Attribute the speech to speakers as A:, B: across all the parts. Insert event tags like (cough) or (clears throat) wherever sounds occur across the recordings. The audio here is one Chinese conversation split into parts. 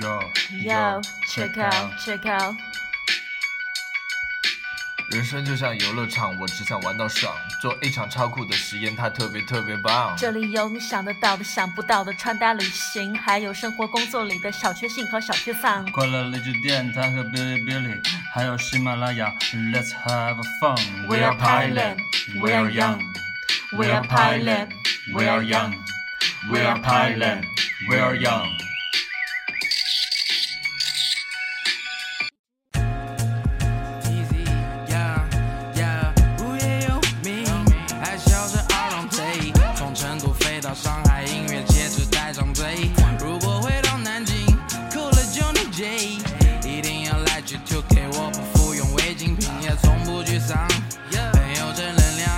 A: Yo,
B: Yo, check out, check out。
A: 人生就像游乐场，我只想玩到爽。做一场超酷的实验，它特别特别棒。
B: 这里有你想得到的、想不到的穿搭、旅行，还有生活、工作里的小确幸和小确丧。
C: 快乐励志电台和 Billy Billy，还有喜马拉雅，Let's have fun。
B: We are Thailand, we are young. We are Thailand, we are young.
C: We are Thailand, we are young. 从成都飞到上海，音乐节只带张嘴。如果回到南京，扣了 Johnny J，一定要来去 2K，我不服用违禁品，也从不沮丧。很有正能量，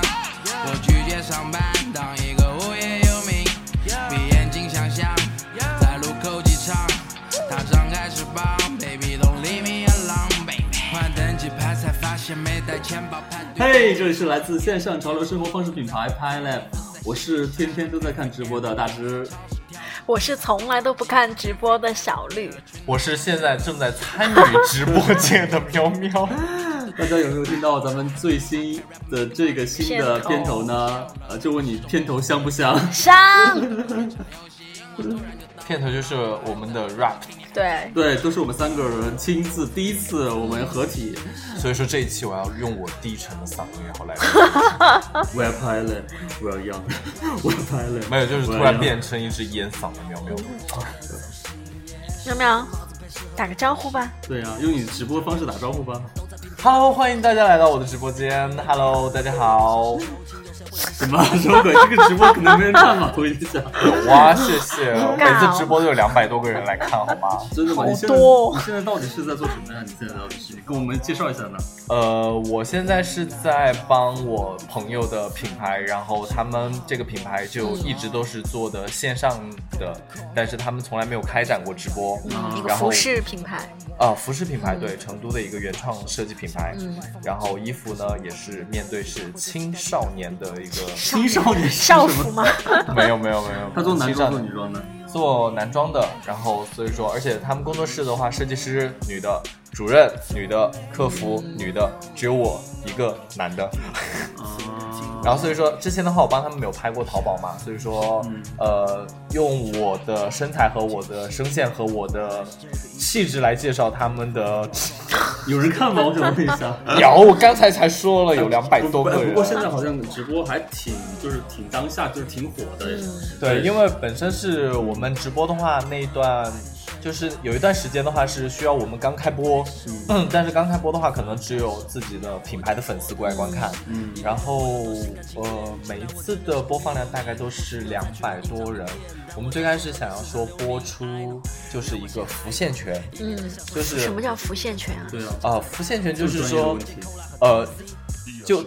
C: 我拒绝上班，当一个无业游民。闭眼睛想象，在路口机场，踏上开始吧，Baby don't leave me alone baby。换登机牌才发现没带钱包排队。
D: 嘿这里是来自线上潮流生活方式品牌 Pi Lab，我是天天都在看直播的大只。
B: 我是从来都不看直播的小绿，
A: 我是现在正在参与直播间的 (laughs) 喵喵。
D: 大家有没有听到咱们最新的这个新的片
B: 片头
D: 头呢？呃，就问你片头香不香？
B: 上
A: 片头就是我们的 rap，
B: 对，
D: 对，都是我们三个人亲自第一次我们合体
A: 所以说这一期我要用我低沉的嗓音然后来， (laughs)
D: ，We're Pilot，We're (laughs) Young，We're Pilot，
A: 没有就是突然变成一只烟嗓的喵喵。
B: 喵喵，打个招呼吧。
D: 对啊，用你直播方式打招呼吧。
A: Hello，欢迎大家来到我的直播间。Hello，大家好。
D: 什么什么鬼？这个直播可能没人看吧？我跟你讲，
A: 哇，谢谢！我
B: 尴
A: 每
B: 尬哦
A: 次直播都有两百多个人来看，好吗？
D: 真的吗？你现在
B: 好多哦
D: 你现在到底是在做什么呀？你现在到底是你跟我们介绍一下呢？
A: 呃，我现在是在帮我朋友的品牌，然后他们这个品牌就一直都是做的线上的，但是他们从来没有开展过直播。
B: 一个
A: 然后
B: 服饰品牌，
A: 呃，服饰品牌对，成都的一个原创设计品牌。
B: 嗯
A: 然后衣服呢，也是面对是青少年的一个，
D: 青少年是
B: 少
D: 什么
B: 妇吗？
A: (laughs) 没有没有没 (laughs) 有，
D: 他做男
A: 青少
D: 装做
A: 年
D: 女装的，
A: 做男装的，然后所以说，而且他们工作室的话，设计师女的，主任女的，客服女的，只有我一个男的。
D: 啊，
A: 然后所以说，之前的话我帮他们没有拍过淘宝嘛，所以说，呃，用我的身材和我的声线和我的气质来介绍他们的。
D: 有人看吗？我想问一下。
A: (laughs) 有，我刚才才说了
D: (laughs)
A: 有两百多个
D: 不
A: 人
D: 不。过现在好像直播还挺，就是挺当下，就是挺火的。
B: 嗯
A: 对，因为本身是我们直播的话，那一段就是有一段时间的话是需要我们刚开播，嗯，但是刚开播的话，可能只有自己的品牌的粉丝过来观看，
D: 嗯
A: 然后呃，每一次的播放量大概都是两百多人。我们最开始想要说播出就是一个浮现权，
B: 嗯，
A: 就是
B: 什么叫浮现权啊？
D: 对啊，
A: 呃，浮现权就
D: 就是专业的
A: 说
D: 问，题
A: 呃，就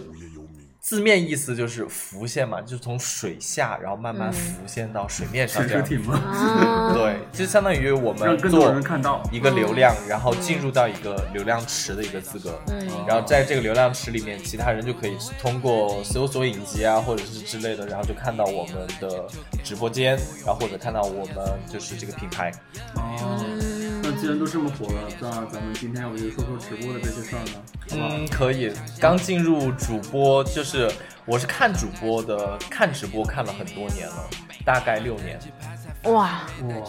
A: 字面意思就是浮现嘛，就是从水下然后慢慢
B: 嗯
A: 浮现到水面上
D: 水
A: 这
D: 手
A: 样。
D: 挺吗？
B: 啊，
A: (laughs) 对，就相当于我
D: 让
A: 们
D: 更多
A: 做
D: 人看到。
A: 一个流量，然后进入到一个流量池的一个资格。
D: 哦
B: 嗯
A: 然后在这个流量池里面，其他人就可以通过搜索影集啊，或者是之类的，然后就看到我们的直播间，然后或者看到我们就是这个品牌。
D: 哦，那既然都这么火了，那咱们今天要不就说说直播的这些事儿呢？好吧
B: 啊
A: 嗯，可以。刚进入主播，就是我是看主播的，看直播看了很多年了，大概六年。
B: (laughs) 哇，
D: 哇，
A: 嗯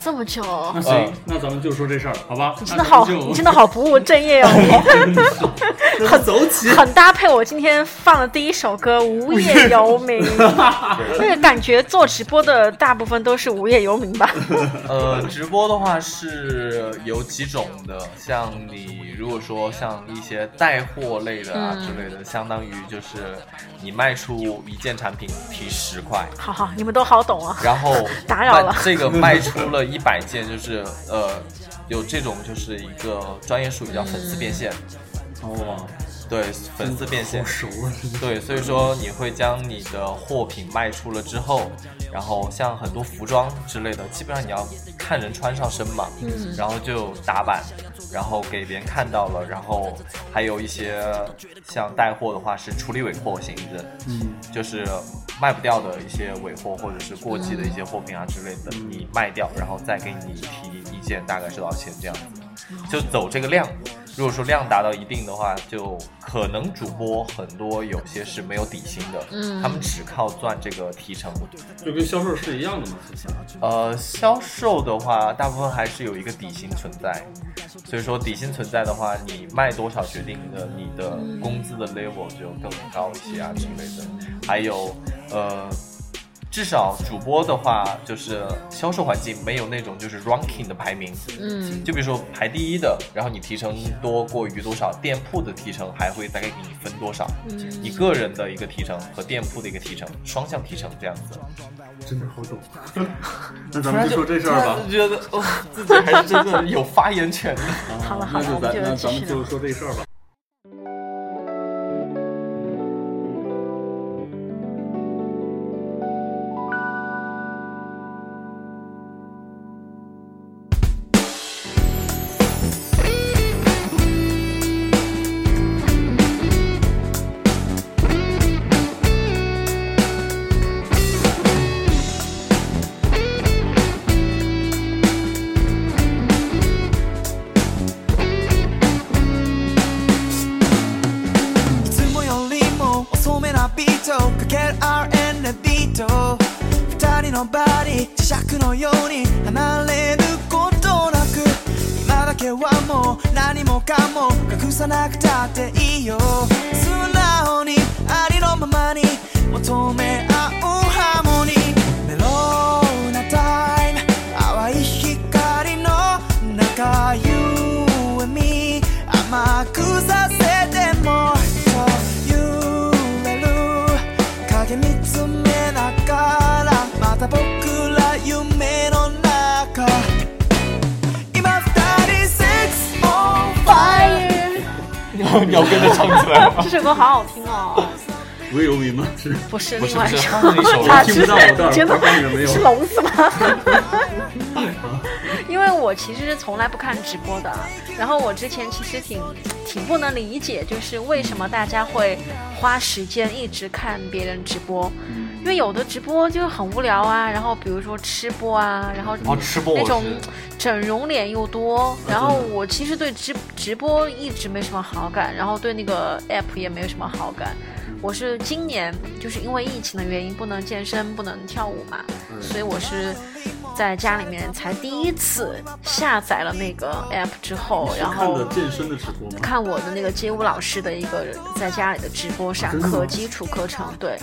B: 这么久，
D: 那行，那咱们就说这事儿，好吧？
B: (laughs) 你真的好，你真的好不务正
D: (laughs)
B: 业哦，
D: 的很走起
B: 你。很搭配我今天放的第一首歌《无业游
D: (laughs)
B: 民》。那个感觉做直播的大部分都是无业游民吧？
A: 呃，直播的话是有几种的，像你如果说像一些带货类的啊
B: 嗯
A: 之类的，相当于就是你卖出一件产品提十
B: (laughs)
A: 块，
B: 好好，你们都好懂啊。
A: 然后
B: 打扰了
A: 卖这个卖出了一百件，就是呃有这种就是一个专业术语叫粉丝变现，
D: 哦哇，
A: 对粉丝变现
D: 好。熟啊，真的。
A: 对，所以说你会将你的货品卖出了之后，然后像很多服装之类的，基本上你要看人穿上身嘛，
B: 嗯
A: 然后就打版，然后给别人看到了，然后还有一些像带货的话是处理尾货型的，
D: 嗯，
A: 就是卖不掉的一些尾货或者是过期的一些货品啊之类的，你卖掉，然后再给你提意见，大概是多少钱这样子，就走这个量。如果说量达到一定的话，就可能主播很多有些是没有底薪的，
B: 嗯
A: 他们只靠赚这个提成。
D: 就跟销售是一样的嘛，其实
A: 呃，销售的话，大部分还是有一个底薪存在，所以说底薪存在的话，你卖多少决定了你的工资的 level 就更高一些啊之类的。还有，呃，至少主播的话，就是销售环境没有那种就是 ranking 的排名，
B: 嗯
A: 就比如说排第一的，然后你提成
B: 啊
A: 多过于多少，店铺的提成还会大概给你分多少，
B: 嗯
A: 你个人的一个提成和店铺的一个提成，双向提成这样子。
D: 真的好懂。那咱们就说这事儿吧。
A: 突然就觉得哦，自己还是真的有发言权的。
B: 好了好
D: 那
B: 了，
D: 就
B: 我们就
D: 咱啊那
B: 继
D: 咱们
B: 续
D: 就
B: 了。
D: 说这事儿吧。
E: いつもよりも遅めなビートかける R&D と二人のバディ磁石のように離れることなく今だけはもう何もかも隠さなくたっていいよ素直にありのままに求め合うハーモニーメロウなタイム淡い光の中 You and me 甘くさせてもっと揺れる影見つめながらまた僕ら夢の中今二人 Six on fire
A: 你要跟着唱起
D: (laughs)
A: 来吗？
B: 这首歌好好听哦，
D: 无有名吗？是
B: 不是
A: 不是
B: 另
A: 不
B: 外一
A: 是，
B: 首，
A: 换一首
D: 我
A: 吧。
D: 听不
B: 真的
D: 到，我这儿我看着没有
B: 是。聋子吗？因为我其实是从来不看直播的，然后我之前其实挺挺不能理解，就是为什么大家会花时间一直看别人直播，因为有的直播就很无聊啊，然后比如说吃播啊，然后
A: 哦，吃播
B: 那
A: 我
B: 种
A: 是
B: 整容脸又多，然后
D: 真
B: 我其实对直直播一直没什么好感，然后对那个 app 也没有什么好感。我是今年就是因为疫情的原因不能健身不能跳舞嘛，
D: 嗯
B: 所以我是在家里面才第一次下载了那个 app 之后，然
D: 看
B: 后
D: 的健身的直播吗？
B: 看我的那个街舞老师的一个在家里的直播上
D: 真的吗
B: 课基础课程，对，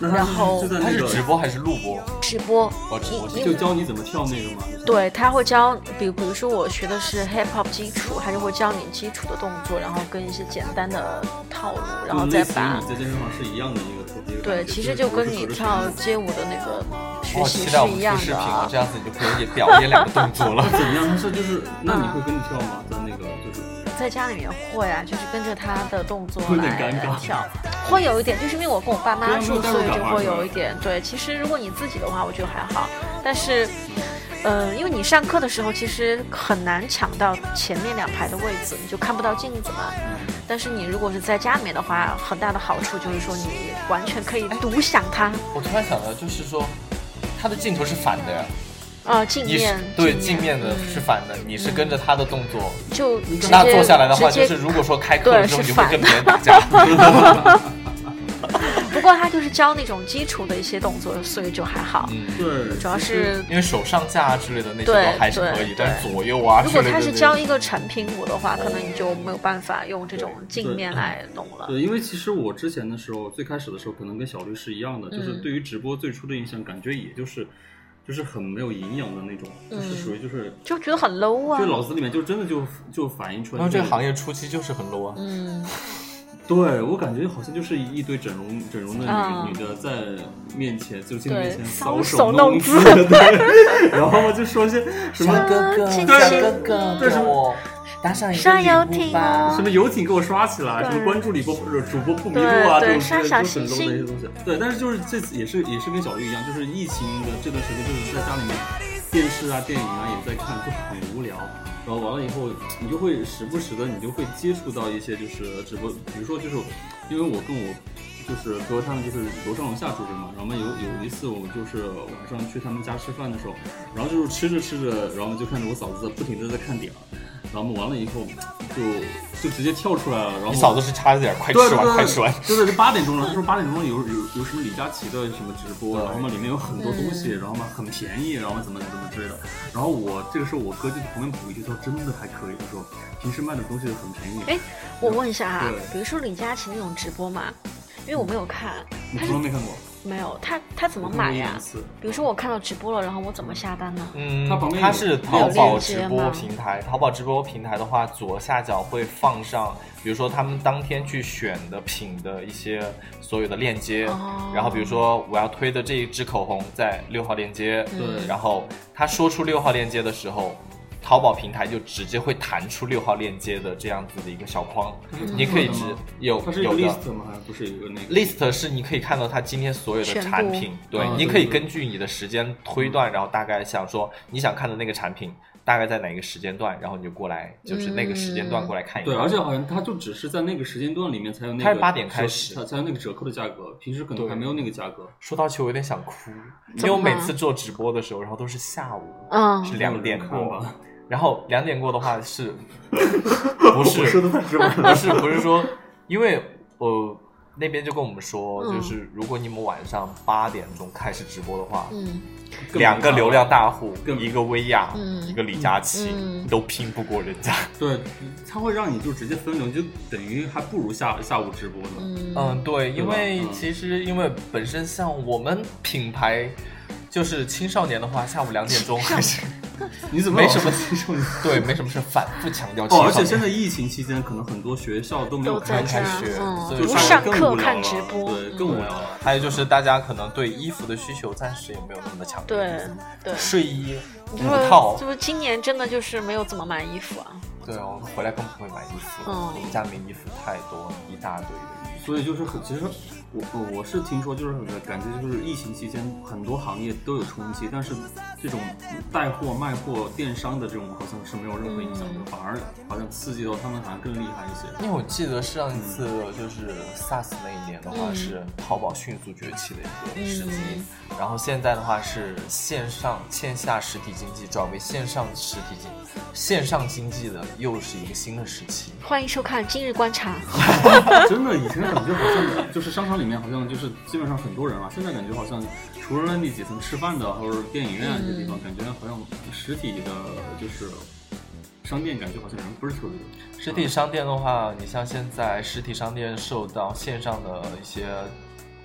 D: 那他
B: 然
D: 是
B: 后
D: 就在
A: 他
D: 那
A: 是直
D: 个
A: 播还是录播？
B: 直播
A: 哦，直播
D: 就教你怎么跳那个吗？
B: 对，他会教，比比如说我学的是 hip hop 基础，他就会教你基础的动作，然后跟一些简单的套路，然后
D: 就
B: 再
D: 嗯类似于
B: 把
D: 你在健身房是一样的一个一个感
B: 对，
D: 觉。
B: 其实就跟你跳街舞的那个学
A: 哦，
B: 习
A: 期待我
B: 是
A: 们出
B: 一样
A: 视频
B: 的
A: 了，
B: 啊
A: 这。样子你就可以表演两个动作了。 (laughs)
D: 怎么样？他是就是，那你会跟着跳吗？在那个就是
B: 在家里面会啊，就是跟着他的动作
D: 会有点
B: 来
D: 尴尬
B: 跳，会有一点，就是因为我跟我爸
D: 对
B: 妈
D: 啊没
B: 住，
D: 有代入
B: 所以
D: 感
B: 就
D: 嘛
B: 会
D: 是吧
B: 有一点对。其实如果你自己的话，我觉得还好，但是。呃，因为你上课的时候其实很难抢到前面两排的位置，你就看不到镜子嘛。但是你如果是在家里面的话，很大的好处就是说你完全可以独享它，
A: 我突然想到，就是说。他的镜头是反的呀，
B: 呃，镜
A: 哎你是
B: 面
A: 对镜面的是
B: 嗯
A: 反的，你是跟着他的动作。
B: 就直接
A: 那坐下来的话，就
B: 直接
A: 是如果说开课的
B: 对
A: 时候，
B: 是
A: 你会
B: 反
A: 跟别人打架。 (laughs)
B: 不过他就是教那种基础的一些动作，所以就还好。
A: 嗯，
D: 对，
B: 主要
D: 其实
B: 是
A: 因为手上架啊之类的那些
B: 对
A: 都还是可以
B: 对，
A: 但是左右啊之
B: 如
A: 类的那种。
B: 果他是教一个产品舞的话，可能你就没有办法用这种镜面来弄了。
D: 对，因为其实我之前的时候，最开始的时候可能跟小绿是一样的，就是
B: 嗯
D: 对于直播最初的印象，感觉也就是就是很没有营养的那种，就是属于就是。
B: 嗯就觉得很 low 啊。
D: 就脑子里面就真的就就反映出来，
A: 然后这个行
D: 业，
A: 业初期就是很 low 啊。
B: 嗯，
D: 对我感觉好像就是一堆整容整容的女、
B: 啊
D: 女的在面前，就镜
B: 对
D: 面前搔
B: 搔首弄
D: 弄
B: 姿
D: (laughs) 对，然后就说些什么
A: 哥哥，
B: 亲
A: 小
B: 亲
A: 哥哥，
D: 对
A: 给我打赏一个
B: 上游哦
A: 礼物
B: 艇
A: 吧
D: 什么游艇给我刷起来，
B: 对
D: 什么关注主播主播不迷路啊，这
B: 对
D: 种
B: 对刷
D: 这
B: 小
D: 种
B: 星
D: 很 low 的
B: 星
D: 一些东西。对，但是就是这次也是也是跟小绿一样，就是疫情的这段时间，就是在家里面电视啊、电影啊也在看，就很无聊。然后完了以后，你就会时不时的，你就会接触到一些就是直播，比如说就是因为我跟我就是和他们就是楼上楼下住着嘛，然后我们有有一次我就是晚上去他们家吃饭的时候，然后就是吃着吃着，然后我们就看着我嫂子不停的在看点儿，然后我们完了以后就就直接跳出来了，然后
A: 你嫂子是差着点儿，快
D: 对
A: 吃
D: 对
A: 完，
D: 对，
A: 快吃完。
D: 对对，是八点钟了。他说八点钟有有有什么李佳琦的什么直播，然后嘛里面有很多东西，然后嘛很便宜，然后嘛怎么怎么之类的。然后我这个时候我哥就在旁边补一句，他说真的还可以，他说平时卖的东西很便宜。
F: 哎，我问一下
B: 啊
F: 哈、
D: 对
F: 比如说李佳琦那种直播嘛，因为我没有看，
D: 你
F: 他
D: 从
F: 是
D: 来没看过？
F: 没有他他怎么
D: 我看
F: 买
D: 过一
F: 哎呀
D: 两？次
F: 比如说我看到直播了，然后我怎么下单呢？
A: 嗯，
D: 它旁边有
A: 它是淘宝直
F: 有
A: 播
F: 链接吗
A: 平台，淘宝直播平台的话，左下角会放上，比如说他们当天去选的品的一些所有的链接，
F: 哦
A: 然后比如说我要推的这一支口红在六号链接，
D: 对
A: 然后他说出六号链接的时候。淘宝平台就直接会弹出六号链接的这样子的一个小框，你可以直有
D: 它是一个
A: 有的
D: list 吗？还不是一个那个
A: list 是你可以看到它今天所有的产品，
D: 部
A: 对
D: 嗯，
A: 你可以根据你的时间推断，然后大概想说你想看的那个产品大概在哪个时间段，然后你就过来，就是那个时间段过来看一看。
D: 对，而且好像它就只是在那个时间段里面才有那个，
A: 它是8点开始
D: 才才有那个折扣的价格，平时可能还没有那个价格。
A: 说到其实我有点想哭，因
F: 怎么
A: 为我每
F: 了
A: 次做直播的时候，然后都是下午，
F: 嗯
A: 是两点
D: 没有人
A: 过
D: 看吧，
A: 然后两点过的话是，不是
D: 说的太 (laughs) 直白
A: 不
D: 了。
A: 是不是说，因为呃那边就跟我们说，
F: 嗯
A: 就是如果你们晚上八点钟开始直播的话，
F: 嗯，
D: 更
A: 两个流量大户，
D: 更
A: 一个薇娅，
F: 嗯
A: 一个李佳琦，
F: 嗯
A: 都拼不过人家。
D: 对，它会让你就直接分流，就等于还不如下下午直播呢。
F: 嗯
A: 嗯，对，因为
D: 嗯
A: 其实因为本身像我们品牌，就是青少年的话，下午两点钟还
F: (laughs)
A: 是
D: 你怎么
A: 没什么 (laughs)
D: 接受？
A: 对，没什么事，反复强调青
D: 哦，
A: 少
D: 而
A: 年。
D: 且现在疫情期间，可能很多学校都没有
F: 都
D: 开
F: 在家
A: 开
D: 开，
A: 学，
F: 嗯
A: 所以
D: 就
F: 不
A: 说
D: 上
F: 上
D: 更
F: 课
D: 无聊
F: 看
D: 了
F: 直播嗯
D: 对，更无聊了。
A: 还有就是大家可能对衣服的需求暂时也没有那么强烈。
F: 对对，
A: 睡衣、
F: 你
A: 五
F: 说
A: 套
F: 是，不是今年真的就是没有怎么买衣服啊？
A: 对，我们回来更不会买衣服了
F: 嗯，
A: 我们家没衣服太多，一大堆的衣服。
D: 所以就是很，其实我我我是听说，就是感觉就是疫情期间很多行业都有冲击，但是这种带货、卖货、电商的这种好像是没有任何影响的，反而好像刺激到他们好像更厉害一 (laughs) 些。
A: 因为我记得上一次就是 SARS 那一年的话，
F: 嗯
A: 是淘宝迅速崛起的一个时机
F: 嗯，
A: 然后现在的话是线上线下实体经济转为线上实体经线上经济的又是一个新的时期。
F: 欢迎收看今日观察。
D: 真的，以前感觉好像就是商场里面好像就是基本上很多人啊，现在感觉好像除了那几层吃饭的或者电影院啊这些地方，感觉好像实体的就是商店，感觉好像人不是特别多。
A: 实体商店的话，你像现在实体商店受到线上的一些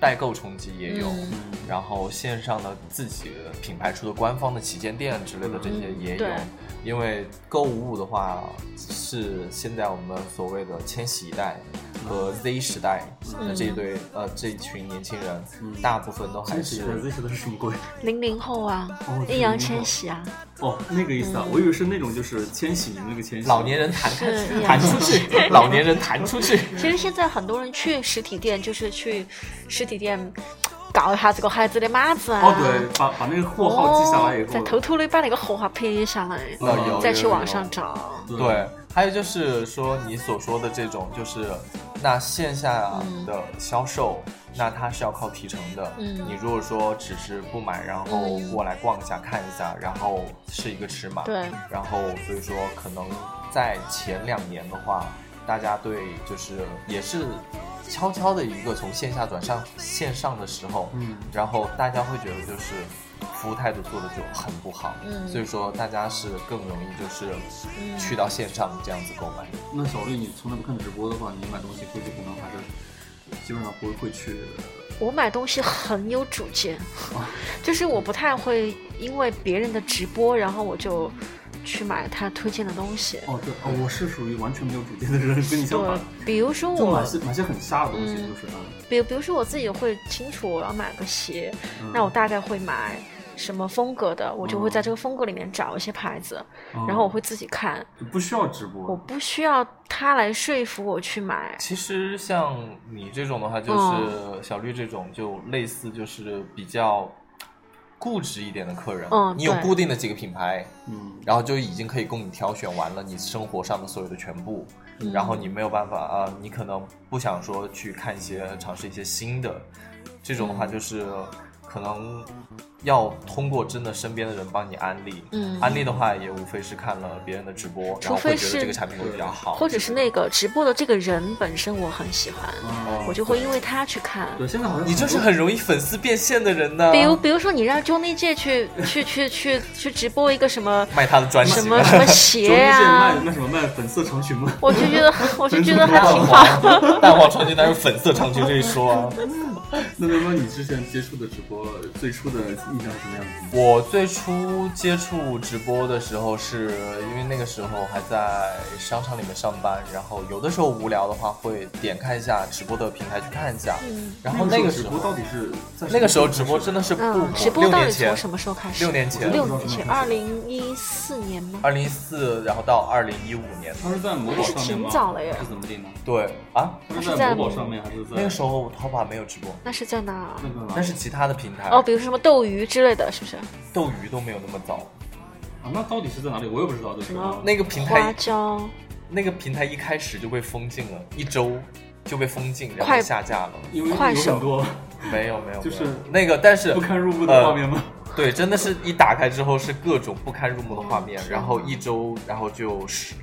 A: 代购冲击也有，
F: 嗯
A: 然后线上的自己品牌出的官方的旗舰店之类的这些也有。
F: 嗯对
A: 因为购物的话，是现在我们所谓的千禧一代
F: 嗯
A: 和 Z 时代的这一对、呃这一群年轻人，
F: 嗯
A: 大部分都还
D: 开始
A: 是
D: (laughs) 这些都是什么鬼？
F: 零零后啊
D: 哦，
F: 易烊千玺啊，
D: 哦，那个意思啊，我以为是那种就是千禧年那个千禧。
A: 老年人弹
F: 是
A: 弹出去，老年人弹出去。
F: 其实现在很多人去实体店就是去实体店搞一下这个孩子的码子啊，
D: 哦，对，把把那个货号记下来以
F: 再
D: 后，
F: 偷偷的把那个货号拍下来，
A: 哦有有
F: 再去
A: 有
F: 网
A: 有
F: 上找。
A: 对，还有就是说你所说的这种，就是那线下的销售，那它是要靠提成的。
F: 嗯
A: 你如果说只是不买，然后过来逛一下、看一下，然后是一个尺码，
F: 对
A: 然后所以说可能在前两年的话，大家对就是也是。悄悄的一个从线下转上线上的时候，
D: 嗯
A: 然后大家会觉得就是服务态度做的就很不好，
F: 嗯
A: 所以说大家是更容易就是去到线上这样子购买。
D: 那小绿，你从来不看直播的话，你买东西估计可能还是基本上不会去。
F: 我买东西很有主见，
D: 哦
F: (laughs) 就是我不太会因为别人的直播，然后我就去买他推荐的东西。
D: 哦，对，哦，我是属于完全没有主见的人，跟你相
F: 对
D: 反。，
F: 比如说
D: 就
F: 我
D: 买，些买些很瞎的东西，
F: 嗯
D: 就是啊，
F: 比比如说我自己会清楚我要买个鞋，
D: 嗯哦
F: 那我大概会买什么风格的，我就会在这个风格里面找一些牌子，然后我会自己看，
D: 就嗯不需要直
F: 我
D: 播，
F: 不需要他来说服我去买。
A: 其实像
F: 嗯
A: 你这种的话，就是小绿这种，就类似就是比较固执一点的客人，
F: 嗯
A: 你有
F: 对
A: 固定的几个品牌，
D: 嗯，
A: 然后就已经可以供你挑选完了你生活上的所有的全部，
F: 嗯
A: 然后你没有办法啊、你可能不想说去看一些尝试一些新的，这种的
F: 嗯
A: 话就是可能要通过真的身边的人帮你安利，
F: 嗯
A: 安利的话也无非是看了别人的直播，然
F: 除
A: 后
F: 非
A: 会觉
F: 是
A: 得这个产品会比较好，
F: 或者是那个直播的这个人本身我很喜欢，
D: 哦
F: 我就会因为他去看。
D: 对，现在好像
A: 你就是
D: 多
A: 很容易粉丝变现的人呢，
F: 比如，比如说你让 Johnny J 去去去去去直播一个什么
A: 卖他的专辑，(laughs)
F: 什么什么
D: 中
F: 鞋
D: 间
F: 呀、
D: 卖卖什么卖粉色长裙吗？ (laughs)
F: 我就觉得我就觉
A: (laughs)
F: 得还
A: 蛋
F: 挺好。
A: 黄蛋黄长裙哪有粉色长裙这一说啊？
D: 那那么你之前接触的直播最初的印象是什么样子？
A: 我最初接触直播的时候是，因为那个时候还在商场里面上班，然后有的时候无聊的话会点开一下直播的平台去看一下。然后那
D: 个
A: 个
D: 直
A: 时
D: 播
A: 候，
D: 到底是在
A: 那个时候直播真
D: 的
A: 的是不
F: 嗯，
A: 火，
F: 直播
A: 六
F: 到底
A: 年
F: 从
A: 前，
F: 什么时候开始？
A: 六年前
F: 六年前，二零一四年吗？
A: 二零一四，然后到二零一五年，
D: 他是在某宝上面吗？
F: 挺早了耶
D: 是怎么定的？
A: 对啊，
D: 他是在某宝上面还是在
A: 那个时候淘宝没有直播，
F: 那是在哪儿啊？
D: 那个
A: 但是其他的平台，
F: 哦，比如说什么斗鱼之类的，是不是？
A: 斗鱼都没有那么早。
D: 啊，那到底是在哪里？我也不知道这个。啊
F: 么
A: 那个平
F: 花
A: 台，
F: 椒
A: 那个平台一开始就被封禁了，一周就被封禁，然
F: 快
A: 后下架了。
D: 因为有
F: 快手
D: 很多
A: 没有没有，
D: 就是
A: 没有那个，但是
D: 不堪入目的画面吗？
A: 呃对，真的是一打开之后是各种不堪入目的画面，然后一周，然后就是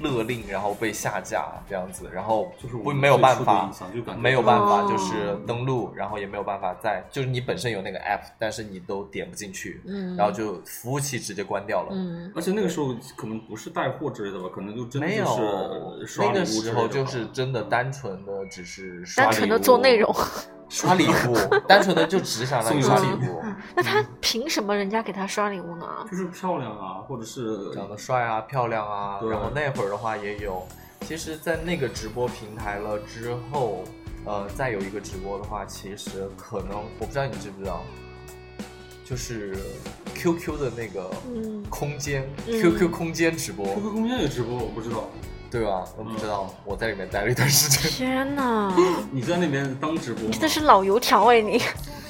A: 勒令，然后被下架这样子，然后
D: 就是我
A: 不
D: 们
A: 没有办
D: 最初的
A: 法
D: 印象就感，觉
A: 没有办法
F: 哦
A: 就是登录，然后也没有办法再就是你本身有那个 app，但是你都点不进去，
F: 嗯
A: 然后就服务器直接关掉了，
F: 嗯，
D: 而且那个时候可能不是带货之类的吧，可能就真的
A: 没
D: 就
A: 有
D: 是刷
A: 那
D: 礼物
A: 个
D: 之
A: 时
D: 类的
A: 候
D: 吧
A: 就是真的单纯的只是刷
F: 单纯的
A: 礼物
F: 做内容，
A: (laughs) 刷礼物， (laughs) 单纯的就只想让你刷礼 (laughs) 物，嗯
F: 那他凭什么人家给他刷礼物呢？
D: 就是漂亮啊，或者是
A: 长得帅啊、漂亮啊。
D: 对
A: 然后那会儿的话也有，其实，在那个直播平台了之后，呃，再有一个直播的话，其实可能我不知道你知不知道，就是 QQ 的那个
F: 嗯
A: 空间、
F: 嗯
A: q q 空间直播，
D: QQ 空间也直播，我不知道。
A: 对吧？我不知道，我在里面待了一段时间。
F: 天哪，
D: 你在那边当直播吗，
F: 真的是老油条哎 (laughs) 你！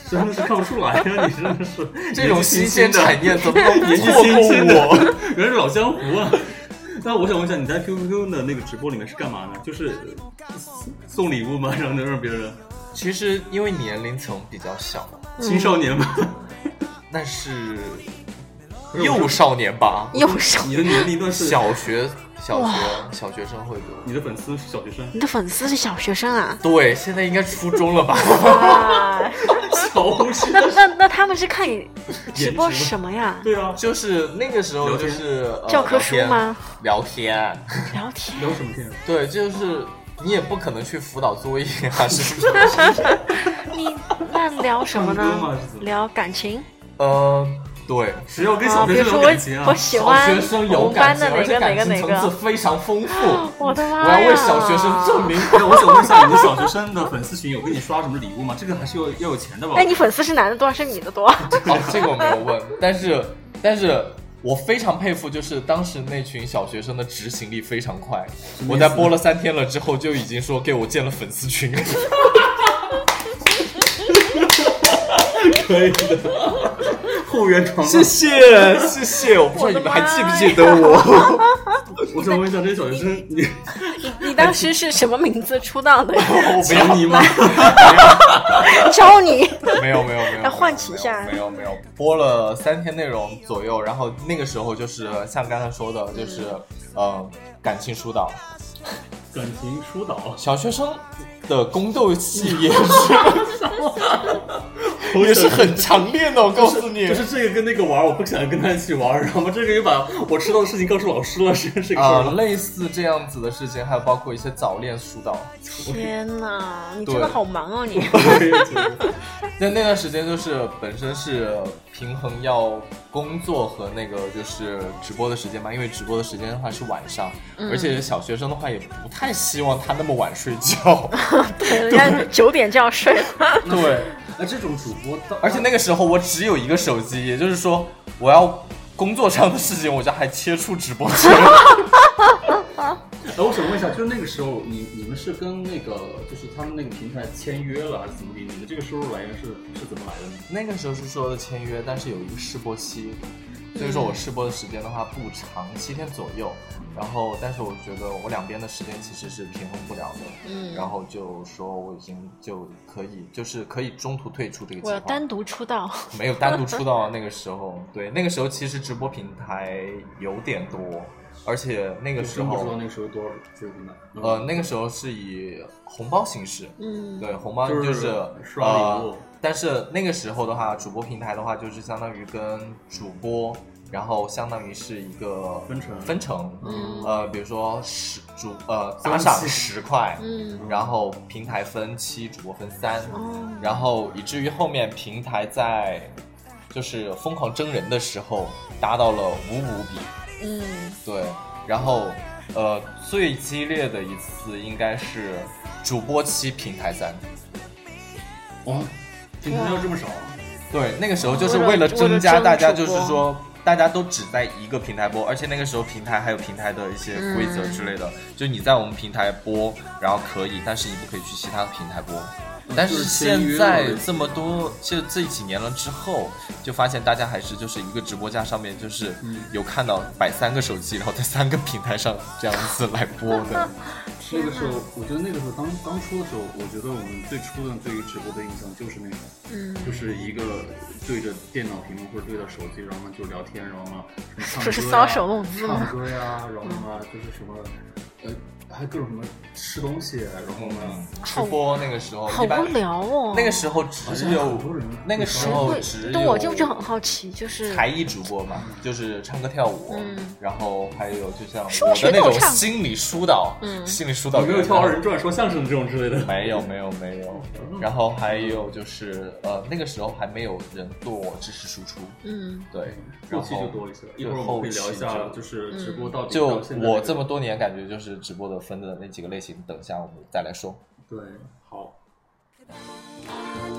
D: 真的是看不出来呀、你真的是
A: (laughs) 这种新鲜
D: 的
A: 产业 (laughs) 怎么能
D: (laughs) 年纪
A: 错
D: 轻轻的
A: 过 (laughs) 我？，
D: (laughs) 原来是老江湖啊。那我想问一下，你在 QQ 的那个直播里面是干嘛呢？就是呃送礼物吗？让让别人
A: 其实因为年龄层比较小，
F: 嗯
D: 青少年吗？ (laughs)
A: 那是幼少年吧，
F: 右手，
D: 你的年龄段是
A: 小学小学小学生会多。？
D: 你的粉丝是小学生，
F: 你的粉丝是小学生啊
A: 对，现在应该初中 (laughs) 了吧？
F: 哇，
D: 小学
F: 那那那他们是
A: (laughs)
F: 看你直播
D: 颜值吗
F: 什么呀？
D: 对啊，
A: 就是那个时候，就是呃
F: 教科书吗？
A: 聊天，聊天
F: 聊天，
D: 聊什么天？
A: (laughs) 对，就是你也不可能去辅导作业 (laughs) 啊，是不是？
F: 你那聊什么
D: 唱歌吗还是怎
F: 呢？
D: 么
F: 聊感情
A: 呃，对，
D: 谁要跟
F: 啊，
D: 小
F: 比
D: 学
F: 如
D: 生
F: 说
D: 有感情啊
F: 我我？喜
A: 小
F: 欢
A: 学生
F: 我
A: 有
F: 们班
A: 感情，而
F: 的哪个
A: 且
F: 哪
A: 感
F: 个
A: 情层
F: 哪
A: 次
F: 个？
A: 非常丰富。
F: 我的
A: 我
F: 妈呀！
A: 要为小学生证明。
D: 哎，我想问一下，你的小学生的粉丝群有给你刷什么礼物吗？这个还是要要有钱的吧？
F: 哎，你粉丝是男的多还是女
A: (laughs)
F: 的多？
A: 哦，这个我没有问，但是，但是我非常佩服，就是当时那群小学生的执行力非常快。我在播了三天了之后，就已经说给我建了粉丝群。
D: 可以的，后援团
A: (laughs)
D: 吗。
A: 谢谢，谢谢，我不知道你们还记不记得我。
D: 我想问一下，这些小学生，你
F: 你当时是什么名字出道的？
A: (laughs) 我不要
D: 你吗？
F: 教你。
A: 没有没有没有，
F: 要唤起一下
A: 没有没有没有，播了三天内容左右，然后那个时候就是像刚才说的，就是呃感情疏导，
D: 感情疏导，
A: 小学生的宫斗戏也是也是很强烈的，我告诉你，
D: (laughs) 就是这个跟那个玩儿，我不想跟他一起玩儿，然后这个又把我知道的事情告诉老师了，是这个事
A: 啊、
D: 儿 (laughs) 吗。
A: 类似这样子的事情，还有包括一些早恋疏导。
F: 天哪，你
A: 对
F: 真的好忙哦你。
D: (laughs)
A: 那那段时间就是本身是平衡要工作和那个就是直播的时间嘛，因为直播的时间的话是晚上，而且小学生的话也不太希望他那么晚睡觉。
F: (laughs) 对，人家九点就要睡
A: (laughs)
F: 了。
A: 对，
D: 哎，这种主播到，
A: 而且那个时候我只有一个手机，也就是说我要工作上的事情，我就还切出直播间。
D: 哎，我想问一下，就是那个时候你你们是跟那个就是他们那个平台签约了，还是怎么的？你们这个收入来源是是怎么来的呢？
A: 那个时候是说的签约，但是有一个试播期，
F: 嗯
A: 所以说我试播的时间的话不长，七天左右。然后，但是我觉得我两边的时间其实是平衡不了的，
F: 嗯
A: 然后就说我已经就可以，就是可以中途退出这个计
F: 我
A: 划。
F: 要单独出道，
A: 没有单独出道那个时候， (laughs) 对，那个时候其实直播平台有点多，而且那个
D: 就
A: 时
D: 真不知道
A: 候
D: 那，个时候多少水平的。
A: 呃，那个时候是以红包形式，
F: 嗯，
A: 对，红包
D: 就是
A: 是
D: 刷礼物
A: 呃，但是那个时候的话，主播平台的话就是相当于跟主播，然后相当于是一个
D: 分成
A: 分成，
F: 嗯
A: 呃，比如说十主呃打
D: 分
A: 赏
D: 期
A: 十块，
F: 嗯，
A: 然后平台分七，主播分三，
F: 哦
A: 然后以至于后面平台在就是疯狂征人的时候达到了五五比，
F: 嗯，
A: 对，然后呃最激烈的一次应该是主播七平台三，
D: 哇，平台要这么少啊？
A: 对，那个时候就是为了增
F: 为
A: 加
F: 了
A: 大家
F: 为了
A: 就
F: 争
A: 是
F: 主播
A: 说。大家都只在一个平台播，而且那个时候平台还有平台的一些规则之类的，就你在我们平台播，然后可以，但是你不可以去其他的平台播。
F: 嗯
A: 但
D: 就是签约
A: 现在
D: 了
A: 这么多，就这几年了之后，就发现大家还是就是一个直播间上面，就是
F: 嗯
A: 有看到摆三个手机，然后在三个平台上这样子来播
F: (laughs)
A: 的。
D: 那个时候，我觉得那个时候当当初的时候，我觉得我们最初的对于直播的印象就是那个，
F: 嗯，
D: 就是一个对着电脑屏幕或者对着手机，然后呢就聊天，然后
F: (laughs)
D: 呢什么唱歌呀
F: 不是搔首弄姿嗯吗
D: 唱歌
F: (laughs)
D: 呀，然后呢就是什么，呃，还有各种什么吃东西，然后呢
A: 嗯，吃播那个时候
F: 好
A: 一般
F: 无聊哦。
A: 那个时候只
D: 好
A: 有
D: 多人啊
A: 那个时
F: 谁
A: 候
F: 会
A: 只？有
F: 对，我就就很好奇，就是
A: 才艺主播嘛，就是唱歌跳舞，
F: 嗯
A: 然后还有就像
F: 说
A: 我
F: 学
A: 的那
F: 逗
A: 种
F: 唱
A: 心理疏导，
F: 嗯
A: 心理疏导
D: 有没有
A: 员
D: 跳二人转、说相声这种之类的？
A: 没有没有没有，然后还有就是呃那个时候还没有人做知识输出，
F: 嗯
A: 对，
D: 后
A: 然
D: 期就
A: 后
D: 多一些了。一
A: 对
D: 会儿我们会聊一
A: 后
D: 下，
A: 期
D: 就是直播到底
A: 就
D: 到现在
A: 我
D: 个
A: 这么多年感觉就是直播的分的那几个类型，等一下我们再来说。
D: 对好。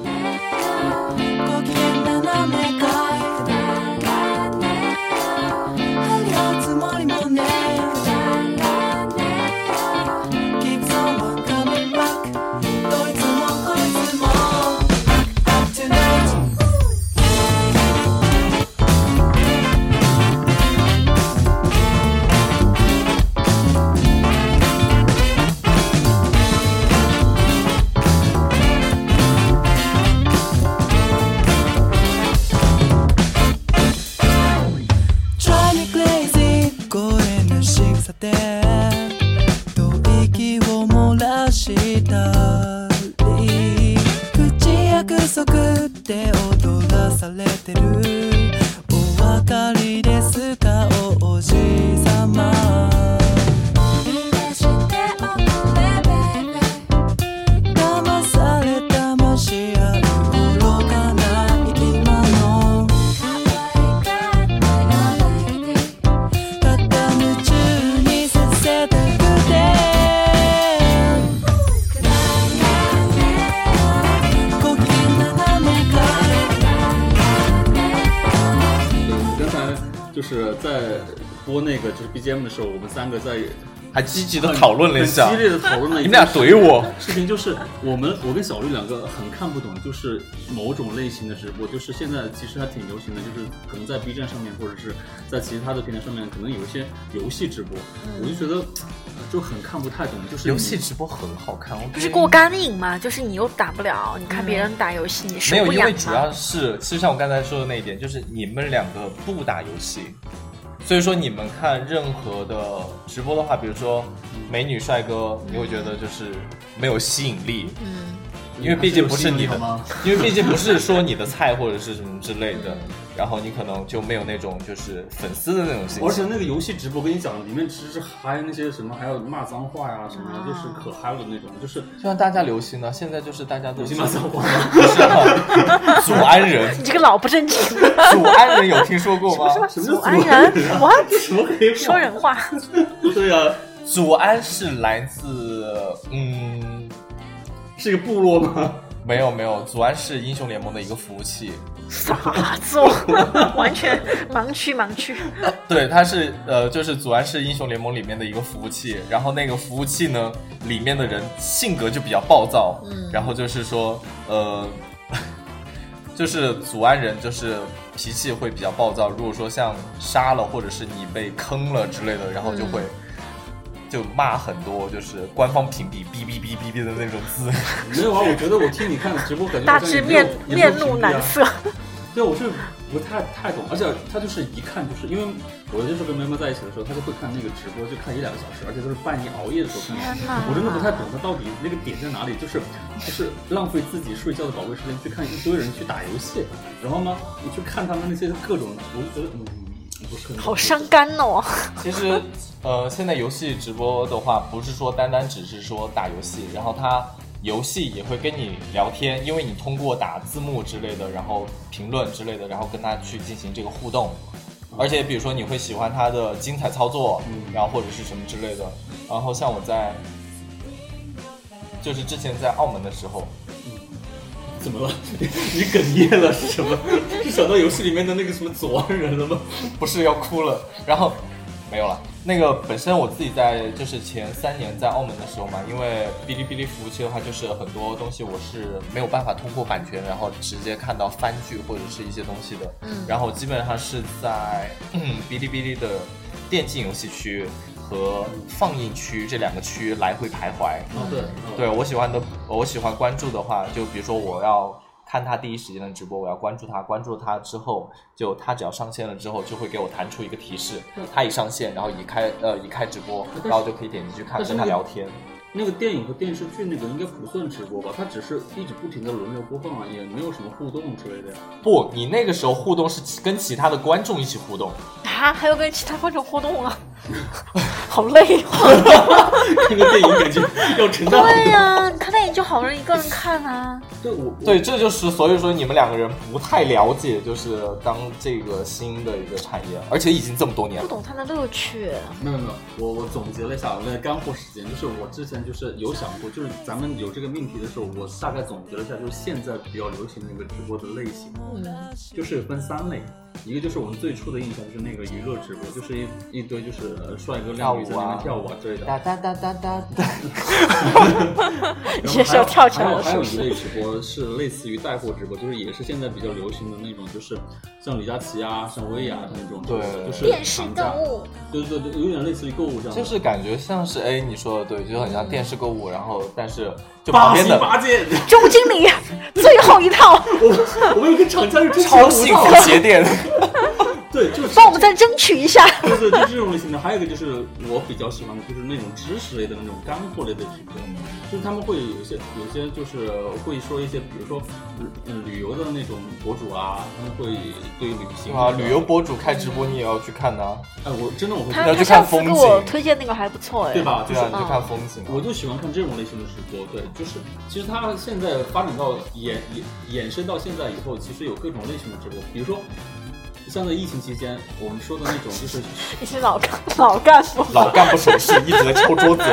C: ご機嫌だなめか張り合うつもりもね Keep someone coming back どいつもこいつも Back tonight
E: 公園の審査で吐息を漏らしたり口約束で踊らされてるお分かりですかおじさま
C: しておくれ baby
E: 騙され騙し合う愚かな生き物たった夢中にさせたくて
C: ご機嫌なめか
D: 刚才就是在播那个就是 BGM 的时候，我们三个在
A: 还积极的讨论了一下
D: 很，激烈的讨论了一
A: 你们俩怼我，
D: 事情就是我们我跟小绿两个很看不懂，就是某种类型的直播，就是现在其实还挺流行的，就是可能在 B 站上面或者是在其他的平台上面，可能有一些游戏直播，
F: 嗯
D: 我就觉得呃就很看不太懂，就是
A: 游戏
D: 你
A: 直播很好看，我
F: 不
A: 不
F: 是过干瘾嘛？就是你又打不了，你看别人打游戏，你手
A: 没有，
F: 不
A: 因
F: 痒啊
A: 为主
F: 嘛？
A: 要是，其实像我刚才说的那一点，就是你们两个不打游戏，所以说你们看任何的直播的话，比如说美女帅哥，你会觉得就是没有吸引力，
F: 嗯
A: 因为毕竟不是你
D: 还
A: 的
D: 有吸引力好吗，
A: 因为毕竟不是说你的菜或者是什么之类
F: 嗯
A: 的， (laughs) 然后你可能就没有那种就是粉丝的那种心
D: 而且
A: 情。
D: 那个游戏直播，跟你讲，里面只是嗨那些什么，还有骂脏话呀、什么的，就是
F: 啊
D: 可嗨了那种，就是 (laughs)
A: 就像大家流行呢，现在就是大家都
D: 我
A: 是啊
D: 去骂
A: (laughs)
D: 脏话。 (laughs)
A: 祖安人，
F: 你这个老不
A: (laughs)
F: 正经，
A: 祖安人有听说过吗？
D: 什么
F: 祖
D: 叫
F: 安人
D: 祖安人啊
F: ，what？
D: 什么黑话？
F: 说人话， (laughs)
D: 对呀、
A: 啊祖安是来自嗯。
D: 是一个部落吗？ (laughs)
A: 没有没有，祖安是英雄联盟的一个服务器，
F: 傻子哦， (laughs) 完全盲区盲区。
A: 对，它是呃，就是祖安是英雄联盟里面的一个服务器，然后那个服务器呢，里面的人性格就比较暴躁，
F: 嗯
A: 然后就是说呃， (laughs) 就是祖安人就是脾气会比较暴躁，如果说像杀了或者是你被坑了之类的，然后就会。就骂很多，就是官方屏蔽哔哔哔哔哔的那种字，
D: 没有啊，我觉得我听你看直播，感觉
F: 大
D: 好像
F: 致
D: 也没有
F: 面
D: 也没有
F: 面露
D: 屏蔽
F: 难
D: 啊
F: 色，
D: 对，我是不太太懂，而且他就是一看就是因为我就是跟妹妹在一起的时候，他就会看那个直播，就看一两个小时，而且都是半夜熬夜的时候看的
F: 天哪。
D: 我真的不太懂他到底那个点在哪里，就是就是浪费自己睡觉的宝贵时间去看一堆人去打游戏，然后呢，你去看他们那些各种，我就觉得嗯，不是很
F: 好伤肝
A: (laughs)
F: 哦。
A: 其实，呃，现在游戏直播的话，不是说单单只是说打游戏，然后它游戏也会跟你聊天，因为你通过打字幕之类的，然后评论之类的，然后跟他去进行这个互动。而且比如说你会喜欢他的精彩操作，然后或者是什么之类的。然后像我在，就是之前在澳门的时候，
D: 怎么了？ (laughs) 你哽咽了是什么？是想到游戏里面的那个什么左岸人了吗？
A: 不是要哭了，然后没有了。那个本身我自己在就是前三年在澳门的时候嘛，因为哔哩哔哩服务器的话，就是很多东西我是没有办法通过版权，然后直接看到番剧或者是一些东西的。
F: 嗯
A: 然后基本上是在嗯哔哩哔哩的电竞游戏区和放映区这两个区来回徘徊。
D: 哦，对，
A: 对我喜欢的，我喜欢关注的话，就比如说我要看他第一时间的直播，我要关注他，关注他之后，就他只要上线了之后，就会给我弹出一个提示，他一上线，然后一开呃一开直播，然后就嗯可以点进去看，
D: 但是
A: 跟他
D: 那个
A: 聊天。
D: 那个电影和电视剧那个应该不算直播吧？它只是一直不停的轮流播放啊，也没有什么互动之类的呀。
A: 不，你那个时候互动是跟其他的观众一起互动，
F: 啊，还要跟其他观众互动啊， (laughs) 好累哦。
D: (laughs)
A: (laughs)
D: 那个电影感觉要沉到
F: 对呀、看电影就好人一个人看啊。
D: 对我
A: 对，这就是所以说你们两个人不太了解，就是当这个新的一个产业，而且已经这么多年
F: 不
A: 了。
F: 懂它的乐趣，
A: (laughs)
D: 没有没有，我我总结了一下我的干货时间，就是我之前就是有想过，就是咱们有这个命题的时候，我大概总结了一下，就是现在比较流行的那个直播的类型，
F: 嗯，
D: 就是分三类。一个就是我们最初的印象就是那个娱乐直播，就是一一堆就是呃帅哥靓女在那边跳舞啊之类的，
A: 哒哒哒哒哒
D: (laughs)
A: 哒，
F: 你
D: 然
F: 这
D: 后
F: 是要跳起来了，
D: 还有
F: 是
D: 还有
F: 不
D: 还
F: 是？
D: 有一类直播是类似于带货直播，就是也是现在比较流行的那种，就是像李佳琦啊、像薇娅那种，
A: 对
D: 就是
F: 电视
D: 厂
F: 购
D: 家，
F: 物，
D: 对对对，有点类似于购物这样的。
A: 就是感觉像是哎，你说的对，就很像电视购物，然后但是就旁
D: 八
A: 边
D: 星
A: 的
D: 八戒，
F: 周经理最后一套， (laughs)
D: 我我们有个厂家是真
A: 超幸福节点，
D: 对，就是
F: 帮我们再争取一下。
D: 对对，就这种类型的。还有一个就是我比较喜欢的，就是那种知识类的那种干货类的直播，
A: 嗯
D: 就是他们会有一些有些就是会说一些，比如说嗯旅游的那种博主啊，他们会对旅行
A: 啊，旅游博主开直播你也要去看呐、
D: 哎，我真的我会
A: 那
F: 他
A: 就
F: 他
A: 看
F: 上次
A: 风
F: 给我
A: 景
F: 推荐那个还不错哎，
D: 对？吧？就
A: 对
D: 是
A: 啊，你就看风景啊。
D: 我就喜欢看这种类型的直播，对，就是其实它现在发展到衍衍衍生到现在以后，其实有各种类型的直播，比如说像在疫情期间我们说的那种，就是 (laughs)
F: 一些老干 (laughs) 老干部，
A: 老干部手势一直在敲桌子，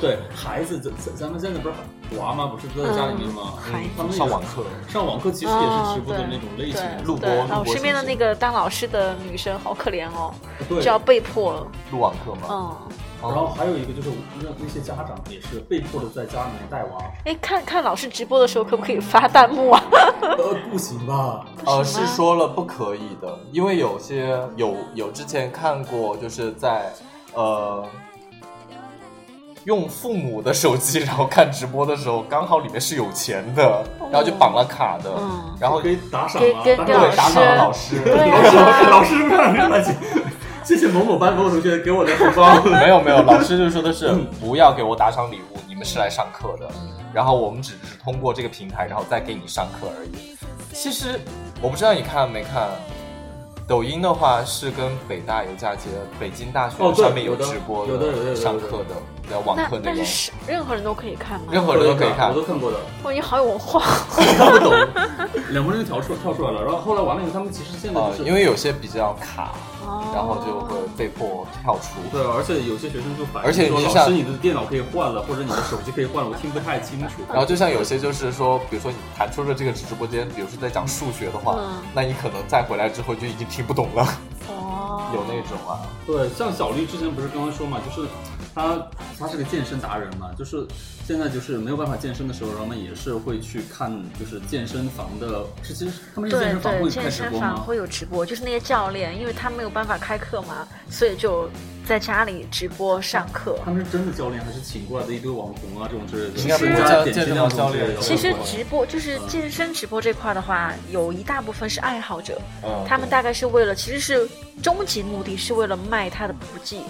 D: 对孩子，咱咱咱们现在不是娃吗？不是都在家里面吗？
F: 嗯孩子
D: 他们也是
A: 上网课，
D: 上网课其实也是直播的那种类型
F: 对，
A: 录播
F: 对
A: 录播
F: 啊我身边的
A: 形式
F: 那个当老师的女生好可怜哦，
D: 对。
F: 就要被迫，
A: 录网课嘛。
F: 嗯，
A: 哦
D: 然后还有一个就是那那些家长也是被迫的在家里面带娃，
F: 哎，看看老师直播的时候可不可以发弹幕啊？
D: 呃，不行吧？
A: 呃，
F: 什
A: 是
F: 么
A: 说了不可以的，因为有些有有之前看过，就是在呃用父母的手机，然后看直播的时候，刚好里面是有钱的，然后就绑了卡的，
F: 嗯
A: 然后
D: 可以打赏
F: 给
D: 吗？
F: 给
D: 打赏
F: 给
A: 对打赏了
F: 老
A: 老师，
F: 对
D: 老师，
F: 啊
D: 老师让人来钱。谢谢某某班某某同学给我的红包。
A: (laughs) 没有没有，老师就说的是
D: 嗯
A: 不要给我打赏礼物，你们是来上课的，然后我们只是通过这个平台，然后再给你上课而已。其实我不知道你看没看，抖音的话是跟北大有嫁接，北京大学
D: 哦对
A: 上面
D: 有的
A: 直播
D: 有的有的有的
A: 上课的，要网
F: 那
A: 课那
F: 但
A: 个
F: 是，是任何人都可以看吗？
A: 哦任何人都可以看
D: 我。
A: (laughs)
D: 都看过的，
F: 哇，你好有文化。
D: 看不懂，两个人跳出跳出来了，然后后来完了以后，他们其实现在
A: 呃
D: 就，是
A: 因为有些比较卡，
F: 哦
A: (laughs) 然后就会被迫跳出。
D: 对，而且有些学生就反映
A: 而且
D: 说，
A: 你
D: 老
A: 像
D: 师，你的电脑可以换了，或者你的手机可以换了，我听不太清
A: (laughs)
D: 楚。
A: 然后就像有些就是说，比如说你弹出了这个直播间，比如说在讲数学的话，
F: 嗯
A: 那你可能再回来之后就已经听不懂了，
F: 哦，
A: 有那种啊。
D: 对，像小绿之前不是刚刚说嘛，就是他他是个健身达人嘛，就是现在就是没有办法健身的时候，他们也也是会去看就是健身房的，是其实他们是健
F: 对
D: 身房
F: 对，
D: 会开
F: 健
D: 直
F: 身
D: 播
F: 房
D: 吗？
F: 会有直播，就是那些教练，因为他没有办法开课嘛，所以就在家里直播上课。
D: 他们是真的教练，还是请过来的一堆网红啊这种之类的？
A: 应该不
F: 是
D: 加
A: 叫
D: 点击
A: 健身
D: 量
A: 房教练
D: 这种之
A: 对
F: 其
D: 类
A: (laughs)
D: 的
F: 实直播就是健身直播这块的话，有一大部分是爱好者，
A: 嗯，
F: 他们大概是为了，其实是终极目的是为了卖他的补剂，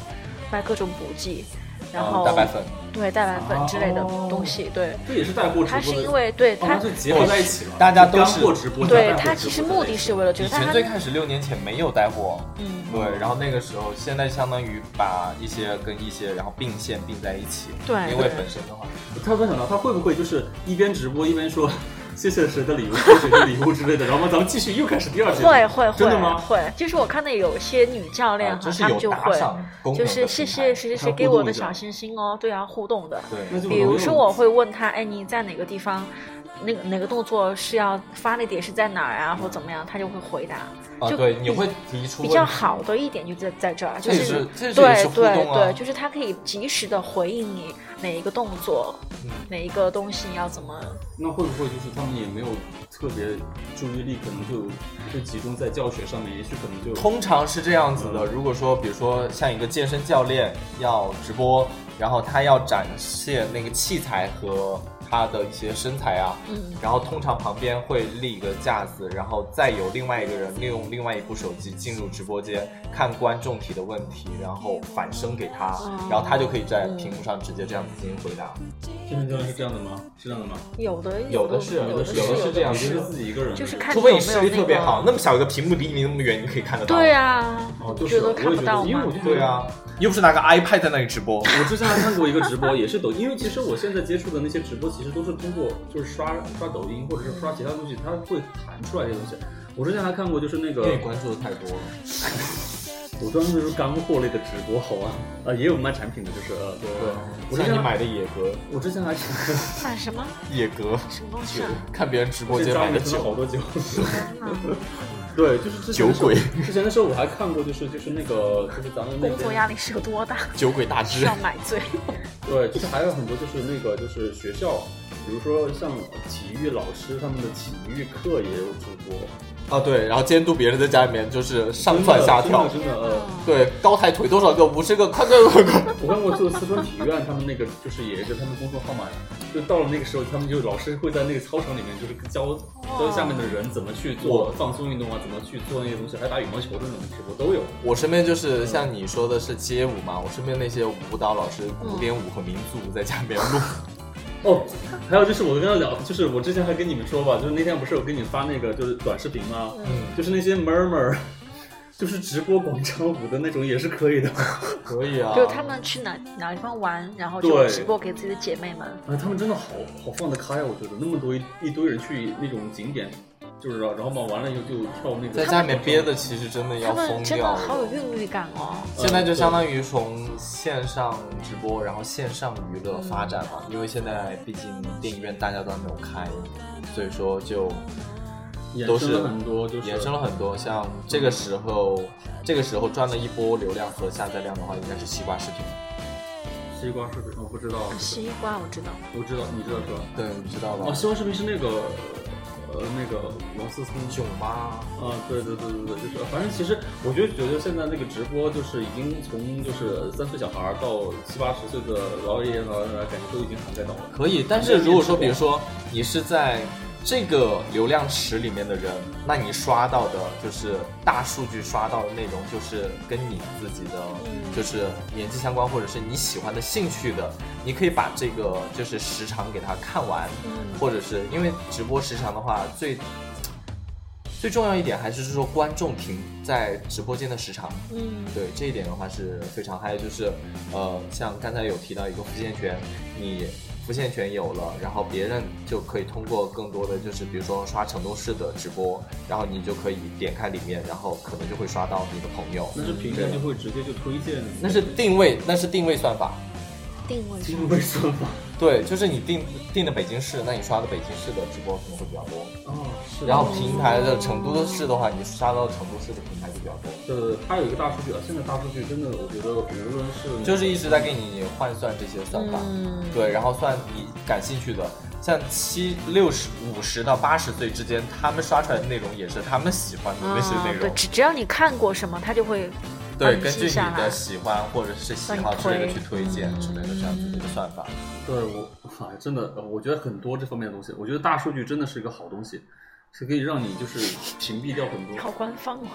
F: 卖各种补剂，然
A: 嗯
F: 后
A: 蛋白粉，哦
F: 对蛋白粉之类的东西，对，
D: 这也是带货直播的。
F: 他是因为对
D: 哦
F: 他
D: 它是结合在一起了，
A: 大家都
D: 干
A: 是
D: 货直播，
F: 对
D: 带货
F: 他
D: 直播
F: 其实
D: 之
F: 目
D: 类
F: 的
D: 的
F: 是为了这
A: 以
F: 个，但
A: 前
F: 他
A: 最开始六年前没有带货，
F: 嗯
A: 对，然后那个时候现在相当于把一些跟一些然后并线并在一起，
F: 对
A: 因为
F: 对
A: 本身的话，
D: 他分享到，他会不会就是一边直播一边说谢谢谁的礼物，谢谢谁的礼物之类的，然后咱们继续又开始第二节目？
F: 会会
D: 真的
F: 会
D: 吗？
F: 会，就是我看到有些女教练
A: 啊
F: 哈
A: 这，是
F: 她们
A: 有
F: 就
A: 打
F: 会
A: 赏功，能
F: 就
A: 的
F: 是
A: 平
F: 谢
A: 台
F: 谢谁谁
D: 它
F: 谁给
D: 互
F: 我
D: 动
F: 的
D: 一下
F: 小心心哦，对啊，互动的。
D: 那
A: 对，
D: 就
F: 比如说我
D: 我
F: 会问他，哎，你在哪个地方，那个哪个动作是要发力点是在哪儿啊，或怎么样，他就会回答。
A: 啊
F: 就
A: 对，你会提出
F: 比
A: 问
F: 较
A: 题
F: 好的一点就在在这儿，就
A: 这也是这也是
F: 对
A: 互
F: 对
A: 动啊
F: 对，就是他可以及时的回应你每一个动作，
A: 嗯
F: 哪一个东西要怎么。
D: 那会不会就是他们也没有特别注意力，可能就就集中在教学上面，也许可能就
A: 通常是这样子的，如果说，比如说像一个健身教练要直播，然后他要展现那个器材和他的一些身材啊，
F: 嗯
A: 然后通常旁边会立一个架子，然后再有另外一个人利用另外一部手机进入直播间，看观众提的问题，然后反声给他，
F: 哦
A: 然后他就可以在屏幕上直接这样子进行回答。
F: 嗯
D: 健身教练是这样的吗？是这样的吗？
F: 有的
A: 有的是
F: 有
A: 有的
F: 是
A: 是有的是这样
D: 也
A: 子
D: 就是自己一个人，
F: 就是看
A: 除非
F: 你
A: 你
F: 有没
A: 视
F: 有
A: 力
F: 那
A: 特别
F: 个
A: 好，那么小一个屏幕离你那么远，你可以看得到。
F: 对啊，
D: 哦，
F: 你
D: 就
F: 觉
D: 是
F: 得
D: 我
F: 看
D: 也
F: 不
D: 觉
F: 到
D: 得，因
F: 吗
D: 为我？就觉
A: 对
D: 得
A: 啊，又不是拿个 iPad 在那里直播。 (laughs)
D: 我之前还看过一个直播，也是抖，因为其实我现在接触的那些直播，其实都是通过就是刷刷抖音或者是刷其他东西，它会弹出来这些东西。我之前还看过，就是那个
A: 因为你关注的太多了，
D: 我专门就是干货类的直播，好吧？呃，也有卖产品的，就是呃，对我之
A: 像
D: 前
A: 你买的野格，
D: 我之前
A: (laughs)
D: 还看
F: 买什么
A: 野格
F: 什么东西啊？
A: (laughs) 看别人直播
D: 这
A: 间
D: 家
A: 买
D: 里
A: 的
D: 面囤了好
A: 酒，
D: 多酒。
F: 天哪
D: 对，就是之前
A: 酒
D: 的时候
A: 鬼
D: 之前的时候我还看过，就是就是那个就是咱们那
F: 工作
D: 边
F: 压力是有多
A: (laughs)
F: 大？
A: 酒鬼大师
F: 要买醉。
D: 对，就是还有很多就是那个就是学校，比如说像体育老师他们的体育课也有直播。
A: 啊，对，然后监督别人在家里面就是上蹿下跳，
D: 真的真的呃，
A: 对，高抬腿多少个，五十个，快快快快！ (laughs)
D: 我看过就四川体育院他们那个就是也是他们公众号嘛，就到了那个时候，他们就老师会在那个操场里面就是教教下面的人怎么去做放松运动啊，怎么去做那些东西，还打羽毛球这种直播都有。
A: 我身边就是像你说的是街舞嘛，我身边那些舞蹈老师，古典舞和民族舞在家里面录，
D: 哦，还有就是我跟他聊，就是我之前还跟你们说吧，就是那天不是我给你发那个就是短视频吗？
A: 嗯
D: 就是那些 murmur，就是直播广场舞的那种也是可以的。
A: 可以啊
F: 嗯就他们去哪哪个地方玩，然后就
D: 对
F: 直播给自己的姐妹们。
D: 啊，他们真的好好放得开呀、我觉得那么多一一堆人去那种景点，就是然后嘛，完了以后就跳那个，
A: 在家里面憋的，其实真的
F: 他
A: 要
F: 们
A: 疯
F: 真的
A: 掉
F: 好有
A: 了。
F: 韵律感哦。
A: 现在就相当于从线上直播，然后线上娱乐发展嘛，因为现在毕竟电影院大家都还没有开，所以说就
D: 衍
A: 都
D: 生
A: 是
D: 了很多，就是
A: 衍生了很多，像这个时候，这个时候赚了一波流量和下载量的话，应该是西瓜视频。
D: 西瓜视频，我不知道，
F: 西瓜我知道，
D: 我知道，你知道是吧？
A: 对，你知道吧？
D: 哦，西瓜视频是那个呃那个王思聪
A: 囧妈，
D: 啊，对对对对对，就是反正其实我就觉得现在那个直播就是已经从就是三岁小孩儿到七八十岁的老爷爷老奶奶，感觉都已经涵盖到了。
A: 可以，但是如果说，比如说你是在这个流量池里面的人，那你刷到的就是大数据刷到的内容，就是跟你自己的就是年纪相关，或者是你喜欢的兴趣的，你可以把这个就是时长给它看完，或者是因为直播时长的话最。最重要一点还是说观众停在直播间的时长，
F: 嗯，
A: 对这一点的话是非常嗨，就是呃，像刚才有提到一个浮现权，你浮现权有了，然后别人就可以通过更多的就是比如说刷成都市的直播，然后你就可以点开里面，然后可能就会刷到你的朋友。
D: 那是评论就会直接就推荐你，
A: 那是定位，那是定位算法。
F: 定位上
D: 定位算法。
A: 对，就是你定定的北京市，那你刷的北京市的直播可能会比较多。
D: 哦，是
A: 然后平台的成都市的话，你刷到成都市的平台就比较多。
D: 呃，它有一个大数据啊，现在大数据真的，我觉得无论是
A: 就是一直在给你换算这些算法，
F: 嗯
A: 对，然后算你感兴趣的，像七六十五十到八十岁之间，他们刷出来的内容也是他们喜欢的那些内容
F: 对，，啊只只要你看过什么，他就会帮
A: 对，
F: 你
A: 根
F: 记
A: 据
F: 下
A: 你
F: 来
A: 的喜欢或者是喜好之类的去推荐之类的这样子的一个算法。
D: 对我，哎，真的，呃我觉得很多这方面的东西，我觉得大数据真的是一个好东西，是可以让你就是屏蔽掉很多。
F: 好官方哦，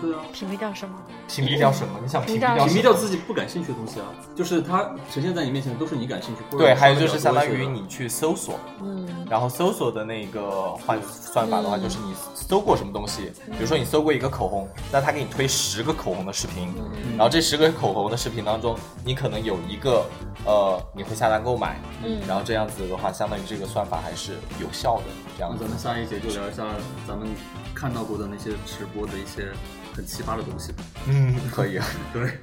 D: 对啊，
F: 品味叫什么？
A: 屏蔽掉什么？你想屏蔽
F: 屏
A: 掉
D: 屏
A: 什
D: 蔽
A: 么？
D: 掉自己不感兴趣的东西啊，就是它呈现在你面前的都是你感兴趣。或者
A: 对，
D: 你
A: 还有就
D: 刷
A: 是
D: 得
A: 相
D: 比较
A: 当
D: 多一些
A: 于
D: 的
A: 你去搜索，
F: 嗯，
A: 然后搜索的那个换算法的话，
F: 嗯
A: 就是你搜过什么东西，比如说你搜过一个口红，那它给你推十个口红的视频，然后这十个口红的视频当中，你可能有一个呃你会下单购买，
F: 嗯
A: 然后这样子的话，相当于这个算法还是有效的，这样
D: 那
A: 子
D: 咱。们下一节就聊一下咱们看到过的那些直播的一些很奇葩的东西吧。
A: 嗯，可以啊。
D: 对，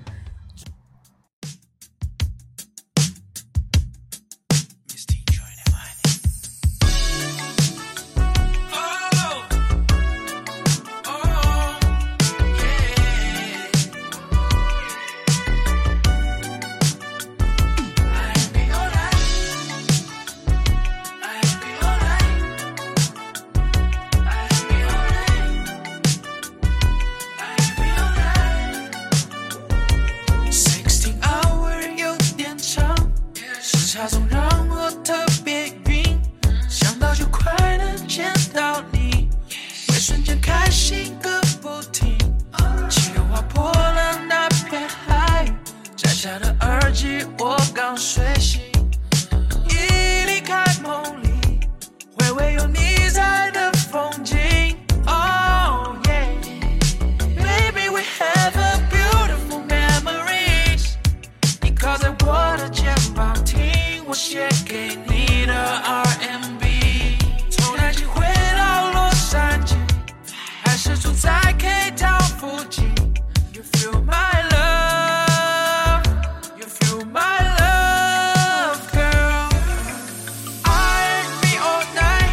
C: 16 hour 有点长，时差总让我特别晕，想到就快能见到你，会瞬间开心个不停。气流划破了那片海，摘下的耳机我刚睡醒，一离开梦里，回味有你在的风景。Oh yeah。Maybe we have a beautiful memories。你靠在我的肩膀，听我写给你的 R&B。从南京回到洛杉矶，还是住在 K Town 附近。You feel my love, you feel my love, girl. I'd be all night.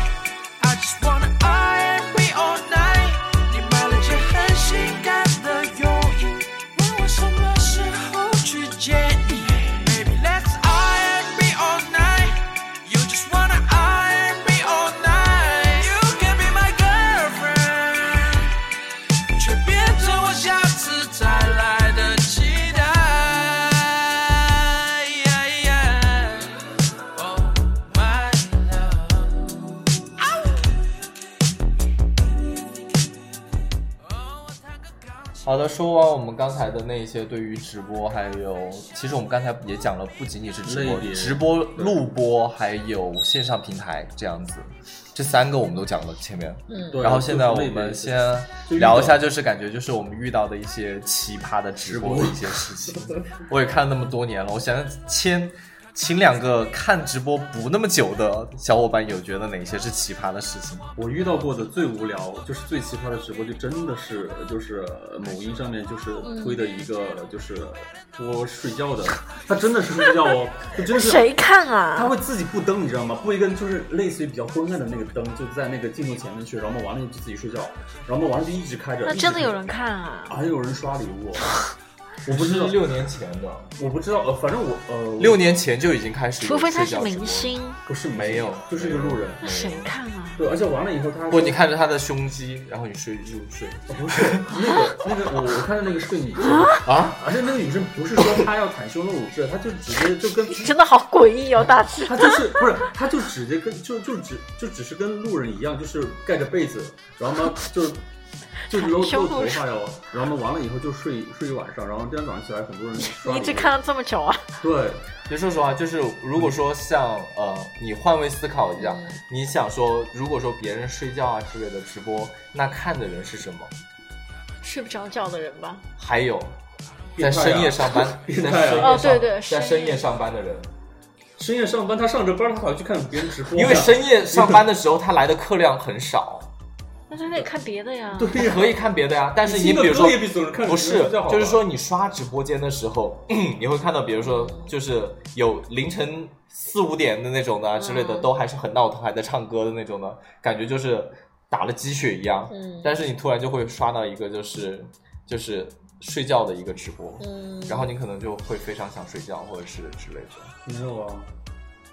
C: I just wanna iron me all night。你买了件很性感的泳衣，问我什么时候去接你。Baby let's iron me all night。You just wanna iron me all night。You can be my girlfriend，却变成我下次再来的期待。Oh my love。哦，我弹个钢琴。
A: 好的，说完我们刚才的那些对于直播，还有其实我们刚才也讲了，不仅仅是直播
D: 类，别
A: 直播、录播，还有线上平台这样子，这三个我们都讲了前面。
D: 对
A: 然后现在
D: 就
A: 我
D: 是那边
A: 们
D: 的
A: 先聊一下，就是感觉就是我们遇到的一些奇葩的直播的一些事情。我也看了那么多年了，我想请请两个看直播不那么久的小伙伴，有觉得哪些是奇葩的事情？
D: 我遇到过的最无聊，就是最奇葩的直播，就真的是呃就是某音上面就是推的一个就是播睡觉
F: (laughs)
D: 的，他真的是睡觉哦，他真的是
F: 嗯谁看
D: 他
F: 啊？
D: 会自己不灯，你知道吗？布一个就是类似于比较昏暗的那个灯，就在那个镜头前面去，然后完了就自己睡觉，然后完了就一直开着。
F: 那
D: 一直
F: 真的
D: 开
F: 有
D: 着
F: 人看啊？
D: 还有人刷礼
F: (laughs)
D: 物，哦我不知道，
A: 六年前的，
D: 我不知道，呃，反正我呃我
A: 六年前就已经开始有
F: 除非他
A: 睡
F: 是
A: 觉直播
F: 明星，
D: 不是
A: 没有
D: 就是一个路人。
F: 那谁看啊？
D: 对，而且完了以后他
A: 不，你看着他的胸肌，然后你睡入睡
D: 哦不是那个那个我我看的那个是个
F: (laughs)
D: 女生，
A: 啊？
D: 而且那个女生不是说她要袒胸露乳之类的，她就直接就跟
F: 真的好诡异哦，大志。
D: 她就是不是她就直接跟就就只就只是跟路人一样，就是盖着被子，然后呢就是就是搂
F: (laughs) 胸
D: 头
F: 部
D: 头
F: 上
D: 发哟，然后呢完了以后就睡睡一晚上，然后第二天早上起来很多人刷
F: 你一
D: 油
F: 直看到这么久啊？
D: 对，
A: 其实说实话，就是如果说像呃，你换位思考一下，
F: 嗯
A: 你想说，如果说别人睡觉啊之类的直播，那看的人是什么？
F: 睡不着觉的人吧？
A: 还有在
D: 变态啊
A: 深夜上班，在
D: (laughs) 变
A: 深夜
D: 态啊
A: 上
F: 哦对对
A: 在
F: 深
A: 深
F: 夜
A: 夜上班的人，
D: 深夜上班他上着班，他还要去看别人直播，
A: 因为深夜上班的时候，他来的客量很少，
F: 那他得看别的呀。
D: 对 (laughs) 呀，
A: 可以看别的呀。但是你
D: 听
A: 比
D: 个
A: 如说
D: 歌，也比总是看
A: 不
D: 别
A: 是
D: 人睡觉好，吧
A: 就是说你刷直播间的时候， (clears throat) 你会看到，比如说就是有凌晨四五点的那种的啊之类的，
F: 嗯
A: 都还是很闹腾，还在唱歌的那种的，感觉就是打了鸡血一样。
F: 嗯
A: 但是你突然就会刷到一个就是就是睡觉的一个直播，
F: 嗯，
A: 然后你可能就会非常想睡觉或者是之类的。
D: 没有啊。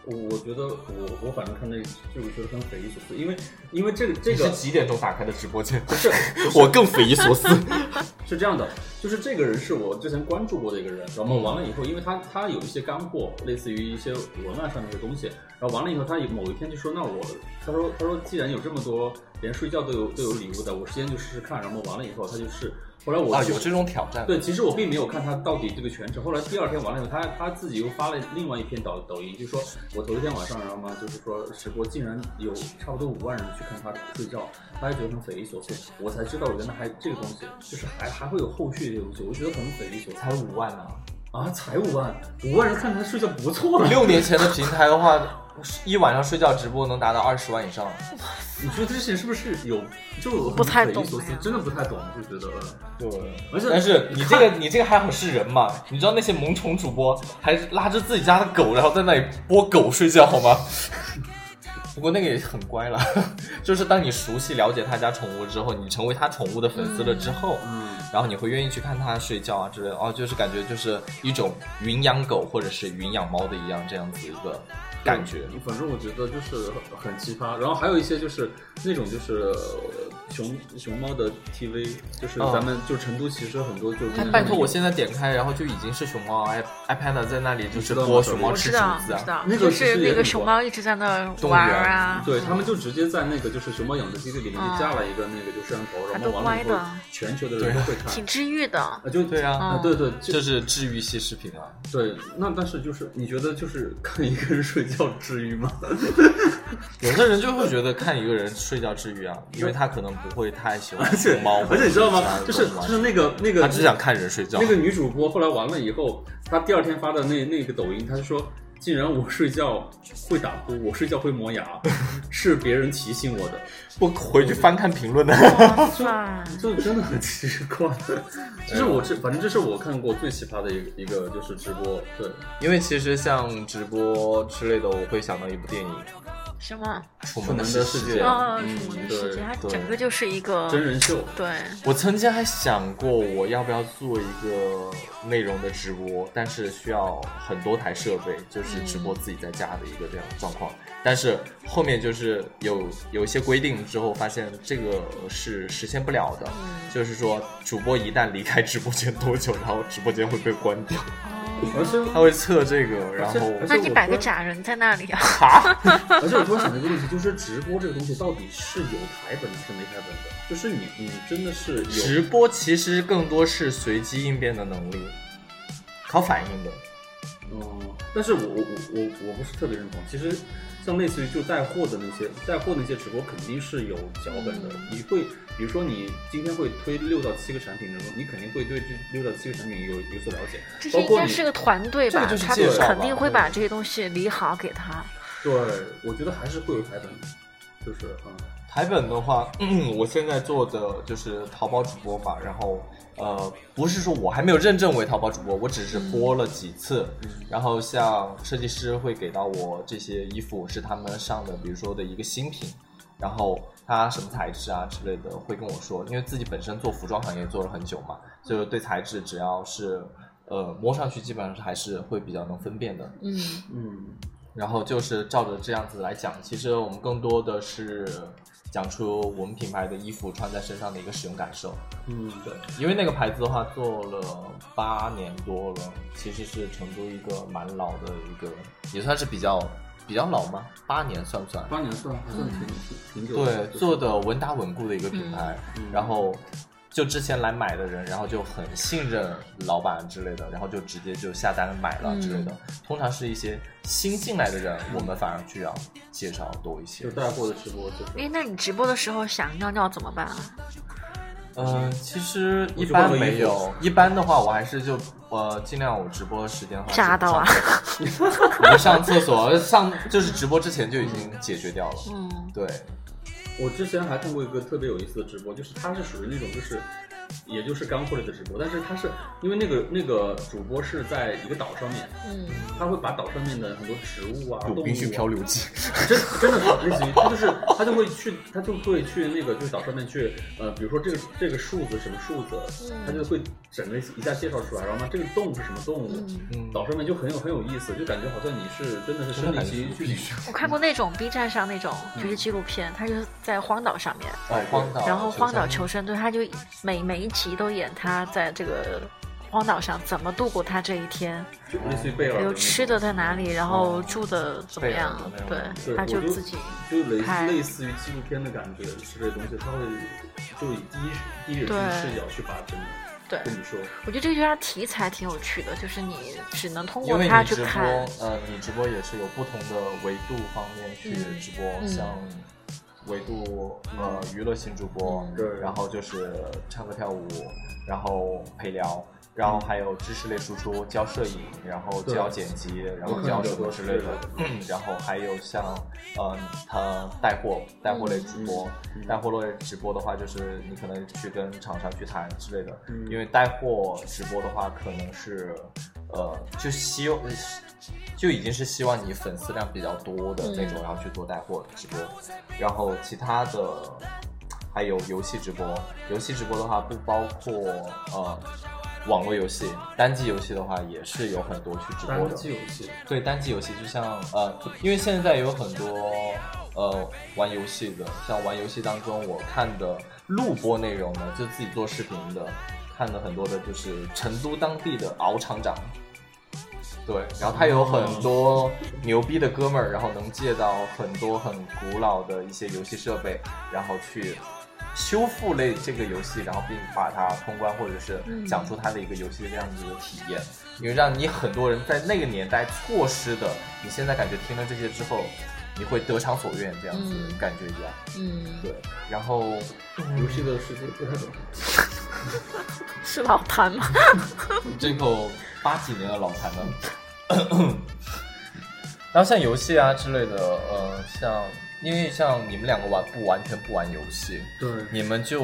D: 我我觉得我我反正看这个这个觉得很匪夷所思，因为因为这个这
A: 你是
D: 个
A: 几点钟打开的直播间？ (laughs)
D: 不是
A: 我更匪夷所思。
D: 是这样的，就是这个人是我之前关注过的一个人，然后完了以后，因为他他有一些干货，类似于一些文案上面的东西，然后完了以后，他某一天就说，那我，他说他说既然有这么多连睡觉都有都有礼物的，我今天就试试看，然后完了以后他就试，后来我
A: 啊，
D: 就
A: 有这种挑战。
D: 对，其实我并没有看他到底这个全程。后来第二天完了以后，他他自己又发了另外一篇抖抖音，就说我头一天晚上，然后嘛，就是说直播竟然有差不多五万人去看他睡觉，他还觉得很匪夷所思。我才知道原来还这个东西，就是还还会有后续的东西，我觉得很匪夷所思
A: 才五万呢、
D: 啊！才五万，五万人看他睡觉不错了。啊
A: 六年前的平台的话，一晚上睡觉直播能达到二十万以上。
D: 你说这事情是不是有就
F: 不太
D: 很匪
F: 懂哎
D: 夷所思
F: 呀，
D: 真的不太懂，就觉得呃
A: 对，
D: 而且
A: 但是你这个你这个还好是人嘛？你知道那些萌宠主播还拉着自己家的狗，然后在那里播狗睡觉好吗？ (laughs) 不过那个也很乖了， (laughs) 就是当你熟悉了解他家宠物之后，你成为他宠物的粉丝了之后，
D: 嗯
A: 然后你会愿意去看它睡觉啊之类的，哦，就是感觉就是一种云养狗或者是云养猫的一样这样子一个感觉。
D: 反正我觉得就是很奇葩。然后还有一些就是那种就是呃熊熊猫的 TV，就是
A: 啊
D: 咱们就成都其实很多就是
A: 哎，拜托，我现在点开，然后就已经是熊猫 i iPad 在那里就是播熊猫
F: 我
A: 吃
F: 知
A: 竹
F: 道，
A: 子
F: 我
A: 啊，
F: 知道，
D: 那个
F: 就
D: 其实
F: 是
D: 也
F: 那
D: 很
F: 个熊
D: 多
F: 猫一直在那儿
A: 动物
F: 玩
A: 园
F: 儿啊，
D: 对他们就直接在那个就是熊猫养殖基地里面就架了一个那个就摄像头，然后完了以
F: 还都
D: 后
F: 歪的
D: 全球的人都会看
F: 挺。治
A: (laughs)
F: 愈的。
D: 啊，就
A: 对啊
D: 啊，对对，
A: 这
D: 就是
A: 治愈系视频啊。
D: 对，那但是就是你觉得就是看一个人睡觉至于吗？ (laughs)
A: 有的人就会觉得看一个人睡觉治愈
D: (laughs)
A: 啊，因为他可能不会太喜欢
D: 而且
A: 熊猫，
D: 而且你知道吗
A: 或者？
D: 就
A: 其
D: 是
A: 他的动物啊
D: 就是那个那个，
A: 他只想看人睡觉
D: 那。个女主播后来完了以后，她第二天发的那那个抖音，她就说：“竟然我睡觉会打呼，我睡觉会磨 (laughs) 牙，是别人提醒我的。
A: 我回去翻看评论的，
D: (laughs)
F: 哇塞！”
D: 就真的很奇怪。 (laughs) 就是我这，反正这是我看过最奇葩的一个一个就是直播。对，
A: 因为其实像直播之类的，我会想到一部电影
F: 什么？
A: 《楚门的
D: 楚门
A: 世
D: 的世
A: 界
D: 界》。
F: 哦，楚门的世界，
D: 对
F: 它
A: 嗯对
F: 整个就是一个
D: 真人秀。
F: 对，
A: 我曾经还想过我要不要做一个内容的直播，但是需要很多台设备，就是直播自己在家的一个这样的状况。但是后面就是有有一些规定之后，发现这个是实现不了的，就是说主播一旦离开直播间多久，然后直播间会被关掉，
D: (laughs) 而且
A: 他会测这个，然后
D: 而且
F: 那你摆个假人在那里啊？
D: 而且我突然想到一个问题，就是直播这个东西到底是有台本的还是没台本的？就是你你真的是有
A: 直播其实更多是随机应变的能力，靠反应的。
D: 嗯，但是我我我我我不是特别认同。其实像类似于就带货的那些带货那些直播，肯定是有脚本的。你会比如说你今天会推六到七个产品的时候，你肯定会对这六到七个产品有有所了
F: 这
D: 解，
F: 是
D: 包
F: 应
D: 括
F: 该
D: 你
F: 是个团队吧
A: 这个就？是
F: 他
A: 介
F: 们
A: 绍吧
F: 肯定会把这些东西理好给他。
D: 对，我觉得还是会有台本的，就是嗯。
A: 台本的话， (clears throat) 嗯，我现在做的就是淘宝主播吧，然后呃，不是说我还没有认证为淘宝主播，我只是播了几次，然后像设计师会给到我这些衣服是他们上的，比如说的一个新品，然后它什么材质啊之类的会跟我说，因为自己本身做服装行业做了很久嘛，所以对材质只要是呃摸上去基本上还是会比较能分辨的，
F: 嗯，
D: 嗯
A: 然后就是照着这样子来讲，其实我们更多的是讲出我们品牌的衣服穿在身上的一个使用感受。
D: 嗯，对，
A: 因为那个牌子的话做了八年多了，其实是成都一个蛮老的一个，也算是比较比较老吗？八年算不算？
D: 八年算还算挺挺挺久
A: 对
D: 的，，
A: 做的稳打稳固的一个品牌，然后就之前来买的人，然后就很信任老板之类的，然后就直接就下单买了之类的。通常是一些新进来的人，我们反而去要介绍多一些
D: 就。带货的直播就是。
F: 哎，那你直播的时候想尿尿怎么办啊？
A: 嗯，其实一
D: 我就换
A: 般
D: 个衣服
A: 没有，一般的话我还是就呃尽量我直播的时间的话
F: 扎到啊！
A: (laughs) 我上厕所上就是直播之前就已经解决掉了。
F: 嗯，
A: 对，
D: 我之前还看过一个特别有意思的直播，就是他是属于那种就是，也就是干货类的直播，但是他是因为那个那个主播是在一个岛上面，
F: 嗯，
D: 他会把岛上面的很多植物啊、动物
A: 有
D: 啊
A: 冰雪漂流记，
D: 真真的很类似于他就是他就会去他就会去那个就是岛上面去呃，比如说这个这个树子什么树子，
F: 嗯
D: 他就会整个一下介绍出来，然后呢这个动物是什么动物，
A: 嗯
D: 岛上面就很有很有意思，就感觉好像你是真的是身临其境去旅行。
F: 我看过那种 B 站上那种就是纪录片，它就是在荒岛上面，
A: 哦，荒岛，
F: 然后荒岛
A: 就
F: 求生，对，他就每每一集都演他在这个荒岛上怎么度过他这一天，
D: 就类似于贝尔
F: 比
D: 的那
F: 如
D: 种，
F: 吃的在哪里，然后住的怎么样
A: 嗯，
F: 对，
D: 对，
F: 他就
D: 我就
F: 自己，
D: 就类
F: 拍
D: 类似于纪录片的感觉之类的东西，他会就以第一第一人称
F: 对
D: 视角去把整个
F: 对，
D: 跟你说，
F: 我觉得这就是他题材挺有趣的，就是你只能通
A: 因
F: 过
A: 为
F: 他
A: 你
F: 去
A: 直播
F: 看，，
A: 呃，你直播也是有不同的维度方面去
F: 嗯
A: 直播，像维度呃娱乐性主播，
F: 嗯
D: 对
A: 然后就是唱歌跳舞，然后陪聊。然后还有知识类输出，教摄影，然后
D: 嗯对
A: 教剪辑，然后
D: 我看
A: 教
D: 到
A: 什么
D: 过
A: 之类的
D: 是的，
A: 然后还有像呃，他带货带货类主播，
D: 嗯
A: 带货类直播的话，就是你可能去跟厂商去谈之类的，
D: 嗯
A: 因为带货直播的话，可能是呃，就希望就已经是希望你粉丝量比较多的那
D: 嗯
A: 种，然后去做带货直播，然后其他的。还有游戏直播，游戏直播的话不包括呃网络游戏，单机游戏的话也是有很多去直播的。
D: 单机游戏，
A: 对单机游戏，就像呃，因为现在有很多呃玩游戏的，像玩游戏当中，我看的录播内容呢，就自己做视频的，看的很多的就是成都当地的敖厂长。对，然后他有很多牛逼的哥们儿，然后能借到很多很古老的一些游戏设备，然后去修复类这个游戏，然后并把它通关，或者是讲出它的一个游戏的这样子的体验，因为让你很多人在那个年代错失的，你现在感觉听了这些之后，你会得偿所愿这样子、
F: 嗯
A: 感觉一样。
F: 嗯，
A: 对，然后
D: 游戏的世界不太懂，
F: 是老谭吗？
A: 这个八几年的老坛了。然后像游戏啊之类的，呃，像因为像你们两个玩不完全不玩游戏，
D: 对
A: 你们就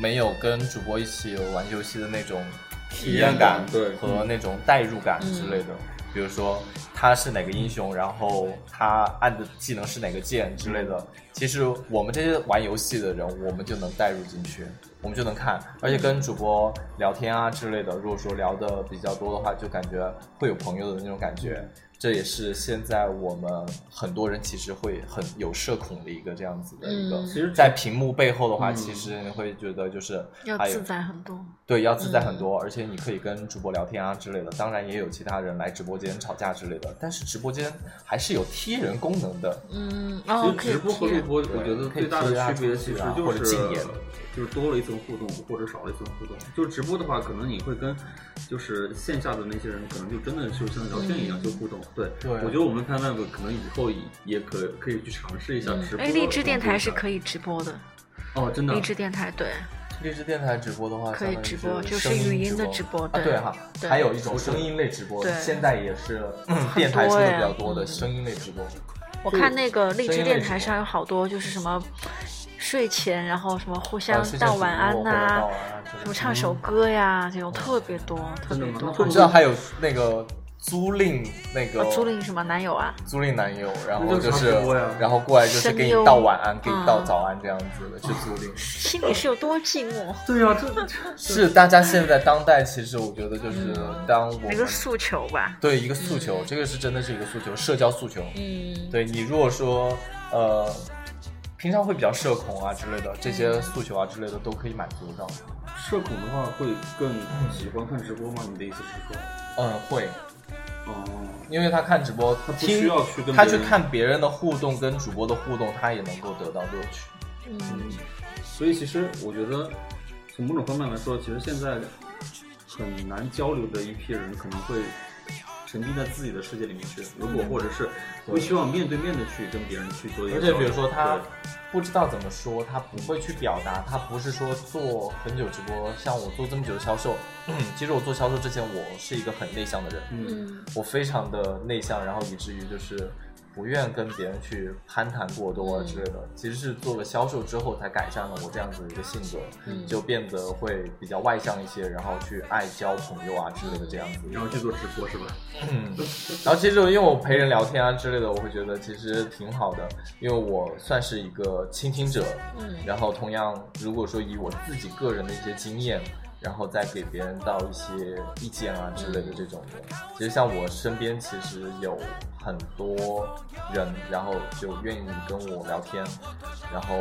A: 没有跟主播一起玩游戏的那种体
D: 验
A: 感嗯
D: 感，对
A: 和那种代入感之类的。比如说他是哪个英雄，然后他按的技能是哪个键之类的。其实我们这些玩游戏的人，我们就能代入进去，我们就能看，而且跟主播聊天啊之类的。如果说聊的比较多的话，就感觉会有朋友的那种感觉。这也是现在我们很多人其实会很有社恐的一个这样子的一个，
F: 嗯
D: 其实嗯
A: 在屏幕背后的话，其实你会觉得就是
F: 要
A: 还有
F: 自在嗯很多，
A: 对，要自在很多，而且你可以跟主播聊天啊之类的。当然也有其他人来直播间吵架之类的，但是直播间还是有踢人功能的。
F: 嗯，
D: 其
F: 哦，可
D: 实
F: 以
D: 直播和
F: 踢
D: 录
F: 人
D: 播，我觉得最大的区别其实
A: 啊或
D: 就
A: 者
D: 是
A: 禁言
D: 就是多了一层互动，或者少了一层互动。就是直播的话，可能你会跟就是线下的那些人，可能就真的就像聊天
F: 嗯
D: 一样就互动。对，
A: 对
D: 我觉得我们看 Live 可能以后也可可以去尝试一下直播。
F: 哎，荔枝电台是可以直播的，
D: 哦，真的
A: 嗯
F: 荔枝电台对，
A: 荔枝电台直播的话，
F: 可以
A: 相当于
F: 直播就是
A: 声
F: 语音的直播
A: 啊
F: 对
A: 对哈，
F: 对
A: 还有一种声音类直播
F: 对，
A: 现在也是嗯
F: 很
A: 电台
F: 多
A: 出的
F: 呀
A: 比较多的
F: 嗯
A: 声音类直播。
F: 我看那个荔枝电
A: 声音类
F: 台
A: 直播
F: 上有好多就是什么睡前，然后什么互
A: 啊
F: 相
A: 睡前
F: 道
A: 直
F: 晚
A: 播
F: 安
A: 或者
F: 呐、
A: 道晚安之类的嗯
F: 什么唱首歌呀，这种特别多，特别多。
A: 我知道还有那个租赁那个
F: 啊，租赁什么男
A: (laughs)
F: 友啊？
A: 租赁男友，然后
D: 那
A: 就
D: 就是差不多呀，
A: 然后过来就是给你
F: 声优
A: 道晚安，给你道
F: 嗯
A: 早安这样子的去租赁。
F: 心里是有多寂寞？
D: 对呀、这
A: 是大家现在当代，其实我觉得就是当我
F: 一
A: 们
F: 个诉求吧。
A: 对一个诉求，这个是真的是一个诉求，社交诉求。
F: 嗯，
A: 对你如果说呃，平常会比较社恐啊之类的，这些诉求啊之类的都可以满足到。
D: 社恐的话会更喜欢看直播吗？你的意思是说？
A: 嗯，会，
D: 哦，
A: 因为他看直播，他
D: 不需要去跟别人
A: 他去看别人的互动跟主播的互动，他也能够得到乐趣。
F: 嗯，
D: 所以其实我觉得，从某种方面来说，其实现在很难交流的一批人，可能会沉浸在自己的世界里面
A: 嗯
D: 去。如果或者是不希望面对面的去跟别人去做一个
A: 而
D: 交
A: 且
D: 流，
A: 比如说他
D: 对
A: 不知道怎么说，他不会去表达，他不是说做很久直播，像我做这么久的销售，嗯其实我做销售之前，我是一个很内向的人，
D: 嗯
A: 我非常的内向，然后以至于就是不愿跟别人去攀谈过多啊之类的。
D: 嗯
A: 其实是做了销售之后才改善了我这样子的一个性格，
F: 嗯
A: 就变得会比较外向一些，然后去爱交朋友啊之类的这样子。
D: 然后去做直播是吧？
A: 嗯，然后其实因为我陪人聊天啊之类的，我会觉得其实挺好的，因为我算是一个倾听者。
F: 嗯
A: 然后同样，如果说以我自己个人的一些经验，然后再给别人到一些意见啊之类的
F: 嗯
A: 这种的，其实像我身边其实有很多人，然后就愿意跟我聊天，然后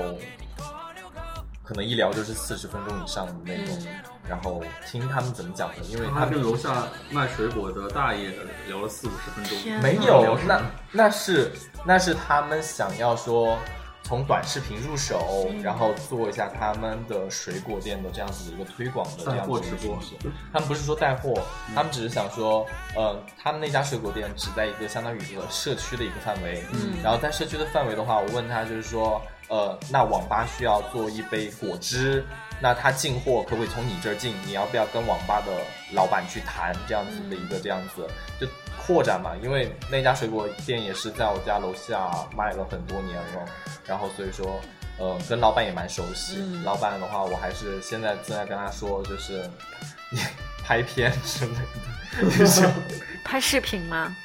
A: 可能一聊就是四十分钟以上的那种，
F: 嗯
A: 然后听他们怎么讲的，因为他
D: 他
A: 们
D: 跟楼下卖水果的大爷聊了四五十分
F: 天
D: 钟，
A: 没
D: 聊
A: 有
D: 什，么
A: 那那是那是他们想要说从短视频入手，然后做一下他们的水果店的这样子的一个推广的这
D: 带
A: 样
D: 货
A: 子的
D: 直
A: 一个
D: 播嗯
A: 形式。他们不是说带货，他们只是想说，呃，他们那家水果店只在一个相当于一个社区的一个范围，嗯，然后在社区的范围的话，我问他就是说，呃，那网吧需要做一杯果汁，那他进货可不可以从你这儿进？你要不要跟网吧的老板去谈这样子的一个这样子就扩展嘛？因为那家水果店也是在我家楼下卖了很多年了，然后所以说。呃，跟老板也蛮熟悉。
F: 嗯
A: 老板的话，我还是现在正在跟他说，就是你 (laughs) 拍片之类的，就是
F: 拍视频吗？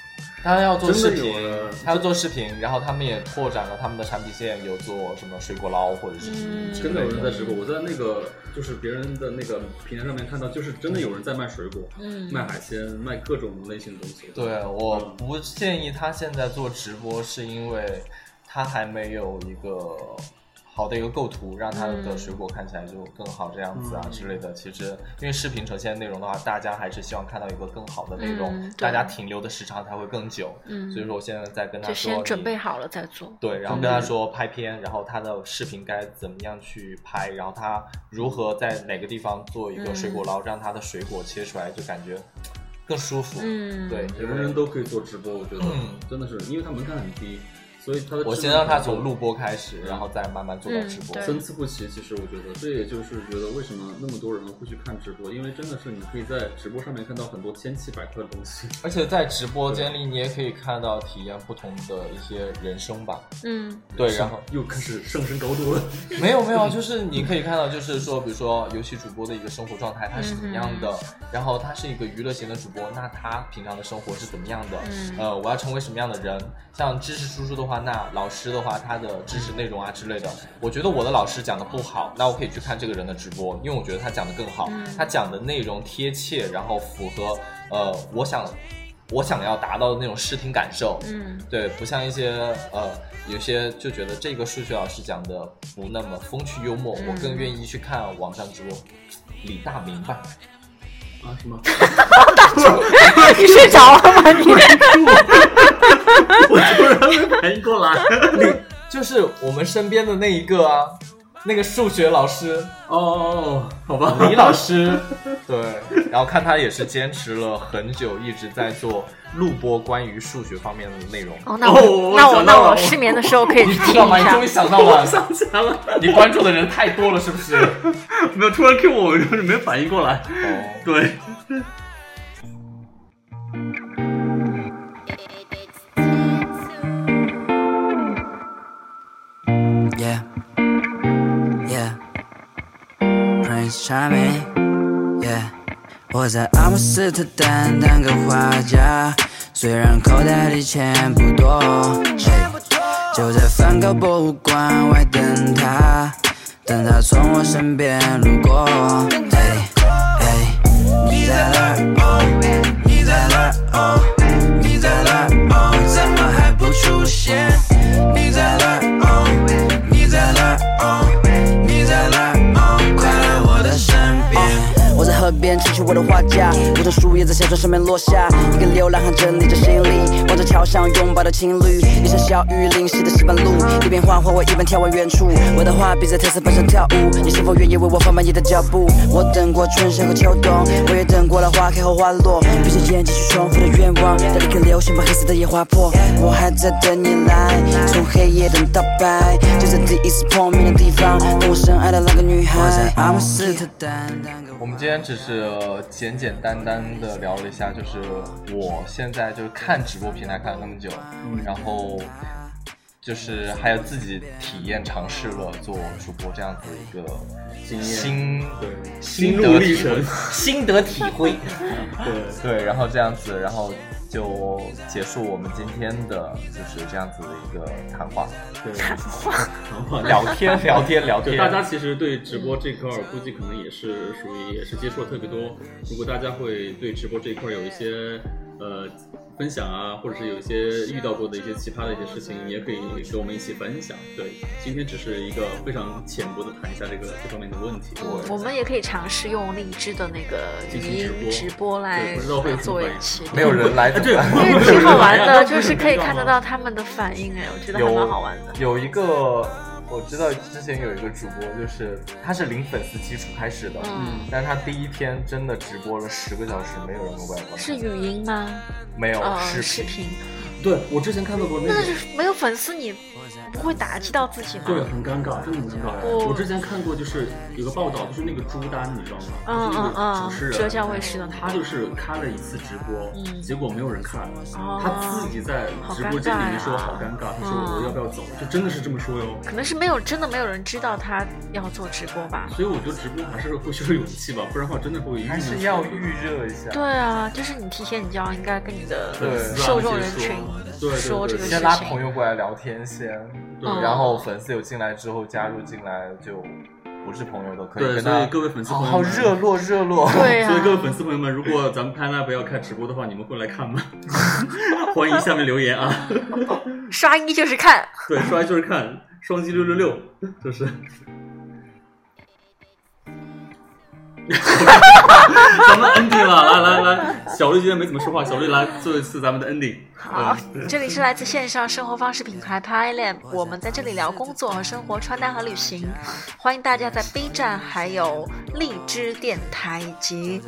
A: 他要做视
D: 真的
A: 频
D: 有了，
A: 他要做视频，然后他们也拓展了他们的产品线，有做什么水果捞或者是什么之
D: 真
A: 类
D: 的
A: 的。
D: 有人在直播，我在那个就是别人的那个平台上面看到，就是真的有人在卖水果，
F: 嗯
D: 卖海鲜，卖各种类型的东西。
A: 对，我不建议他现在做直播，是因为他还没有一个好的一个构图，让他
F: 嗯
A: 的水果看起来就更好这样子啊之类的。其实，因为视频呈现内容的话，大家还是希望看到一个更好的内容，
F: 嗯对
A: 大家停留的时长才会更久。
F: 嗯
A: 所以说我现在在跟他
F: 就
A: 说，
F: 先
A: 你
F: 准备好了再做。
A: 对，然后跟他说拍片，然后他的视频该怎么样去拍，然后他如何在哪个地方做一个水
F: 嗯
A: 果捞，让他的水果切出来就感觉更舒服。
F: 嗯
A: 对，因
D: 人
A: 为
D: 人都可以做直播，我觉得、
A: 嗯
D: 真的是，因为它门槛很低，所以它的
A: 我
D: 质
A: 先
D: 量
A: 让他
D: 很高
A: 从录播开始，然后再慢慢做到
F: 嗯
A: 直播。
F: 对
D: 参差不齐。其实我觉得，这也就是觉得为什么那么多人会去看直播，因为真的是你可以在直播上面看到很多千奇百怪的东西。
A: 而且在直播间里，你也可以看到体验不同的一些人生吧。
F: 嗯
A: 对，然后
D: (laughs) 又开始上升高度了。
A: (laughs) 没有没有，就是你可以看到，就是说，比如说游戏主播的一个生活状态，他是怎么样的，然后他是一个娱乐型的主播，那他平常的生活是怎么样的？
F: 嗯
A: 呃，我要成为什么样的人？像知识输出的话，那老师的话，他的知识内容啊之类的，我觉得我的老师讲的不好，那我可以去看这个人的直播，因为我觉得他讲的更好，他讲的内容贴切，然后符合呃我想我想要达到的那种视听感受。
F: 嗯
A: 对，不像一些呃，有些就觉得这个数学老师讲的不那么风趣幽默，我
D: 嗯
A: 更愿意去看网上直播。李大明白，
D: 啊什么？(laughs)
F: (laughs) 你睡着了吗？你
D: 我突然没反应过来。
A: 就是我们身边的那一个啊，那个数学老师
D: 哦哦，哦好吧。
A: 李老
D: (laughs)
A: 师，对，然后看他也是坚持了很久，一直在做录播关于数学方面的内容。
F: 哦，那我
D: 我
F: 那我
D: 想
F: 那
D: 到了
F: 我
D: 我
F: 失眠的时候可以去听
A: 知道吗？
F: 一
A: 你
F: 下
A: 终于。想到了，
D: 想起来了，
A: 你关注的人太多了，是不是？
D: 没有突然 Q 我，我就是没反应过来。
A: 哦，
D: 对，
G: Yeah. Yeah. Prince Charming. Yeah. 我在阿姆斯特丹当个画家，虽然口袋里钱不多，哎就在梵高博物馆外等他，等他从我身边路过。哎哎，你在哪儿？哦，你在哪儿？哦，你在哪儿？哦，怎么还不出现？你在哪儿？哦，你在哪儿？哦，你在哪儿？哦，快来我的身边。我在河边唱起我的画
H: 画家。我从树叶在小镇上面落下，一个流浪汉整理着行李，望着桥上拥抱的情侣，一场小雨淋湿的石板路，一边画画我一边眺望远处，我的画笔在天色板上跳舞，你是否愿意为我放慢你的脚步？我等过春夏和秋冬，我也等过了花开和花落，闭着眼睛去重复的愿望，带一颗流星把黑色的夜划破，我还在等你来，从黑夜等到白，就在第一次碰面的地方，跟我深爱的那个女孩。阿姆斯特丹。
A: 我们今天只是呃简简单单的聊了一下，就是我现在就是看直播平台看了那么久，然后就是还有自己体验尝试了做主播这样子一个
D: 经验，
A: 心
D: 对，
A: 心
D: 路
A: 得
D: 历
A: 体会
D: 程，，
A: 心得体会。
D: 对。
A: (laughs) 对，然后这样子，然后就结束我们今天的就是这样子的一个谈话、
F: (laughs)
D: 对，谈话
A: 聊天、聊天、聊
D: 对，
A: 天。
D: 大家其实对直播这块儿，估计可能也是属于也是接触的特别多。如果大家会对直播这一块儿有一些呃分享啊，或者是有一些遇到过的一些奇葩的一些事情，也可以跟我们一起分享。对，今天只是一个非常浅薄的谈一下这个这方面的问题。
F: 我们也可以尝试用荔枝的那个
D: 进
F: 语
D: 行直
F: 音
D: 播
F: 直播来
D: 对不知道会有什么
F: 做一
D: 反应
F: 期，
A: 没有人来 (laughs) 怎么办？
F: 因为挺好玩
D: (laughs)
F: 的，就是可以看得
D: 到。
F: 到他们的反应，哎，我觉得还蛮好玩的。
A: 有一个我知道之前有一个主播，就是他是零粉丝基础开始的，
F: 嗯，
A: 但是他第一天真的直播了十个小时，没有人过来观看，
F: 是语音吗？
A: 没有、
F: 呃，
A: 视
F: 视频，
D: 对，我之前看到过那
F: 那
D: 个，
F: 就是没有粉丝，你不会打击到自己吗？
D: 对，啊很尴尬，真的很尴
F: 我
D: 尬。我之前看过，就是有个报道，就是那个朱丹，你知道吗？
F: 嗯
D: 就是
F: 嗯
D: 那个主持
F: 嗯，
D: 人，
F: 浙江卫视的他
D: 他，就是开了一次直播，
F: 嗯
D: 结果没有人看，
F: 哦
D: 他自己在直播间里面说好尴尬，嗯他说我要不要走，就真的是这么说哟。
F: 可能是没有真的没有人知道他要做直播吧。
D: 所以我觉得直播还是会需要勇气吧，不然的话真的会郁闷
A: 还
D: 死
A: 是要预热一下。
F: 对啊，就是你提前你就要应该跟你的
D: 粉丝啊
F: 受众
D: 那
F: 人
D: 些
F: 群
D: 说对对
F: 说这
D: 对
F: 个
A: 先
F: 事
A: 拉
F: 情
A: 朋。友过来聊天先，
F: 嗯
A: 然后粉丝有进来之后加入进来就不是朋友的可以
D: 对
A: 跟
D: 所
A: 他
D: 以各位粉丝
A: 好
D: 朋友
A: 好
D: 们
A: 热络热络。
F: 对啊
D: 所以，各位粉丝朋友们，如果咱们潘娜不要开直播的话，你们会来看
A: (laughs)
D: 吗？欢迎下面留言啊！
F: 刷一就是看。
D: 对，刷一就是看，双击六六六，就是。 (laughs) 咱们 ending 了，来来来，小绿今天没怎么说话，小绿来做一次咱们的 ending。
F: 好
D: 嗯，
F: 这里是来自线上生活方式品牌 Pylab，我们在这里聊工作和生活、穿搭和旅行。欢迎大家在 B 站、还有荔枝电台以及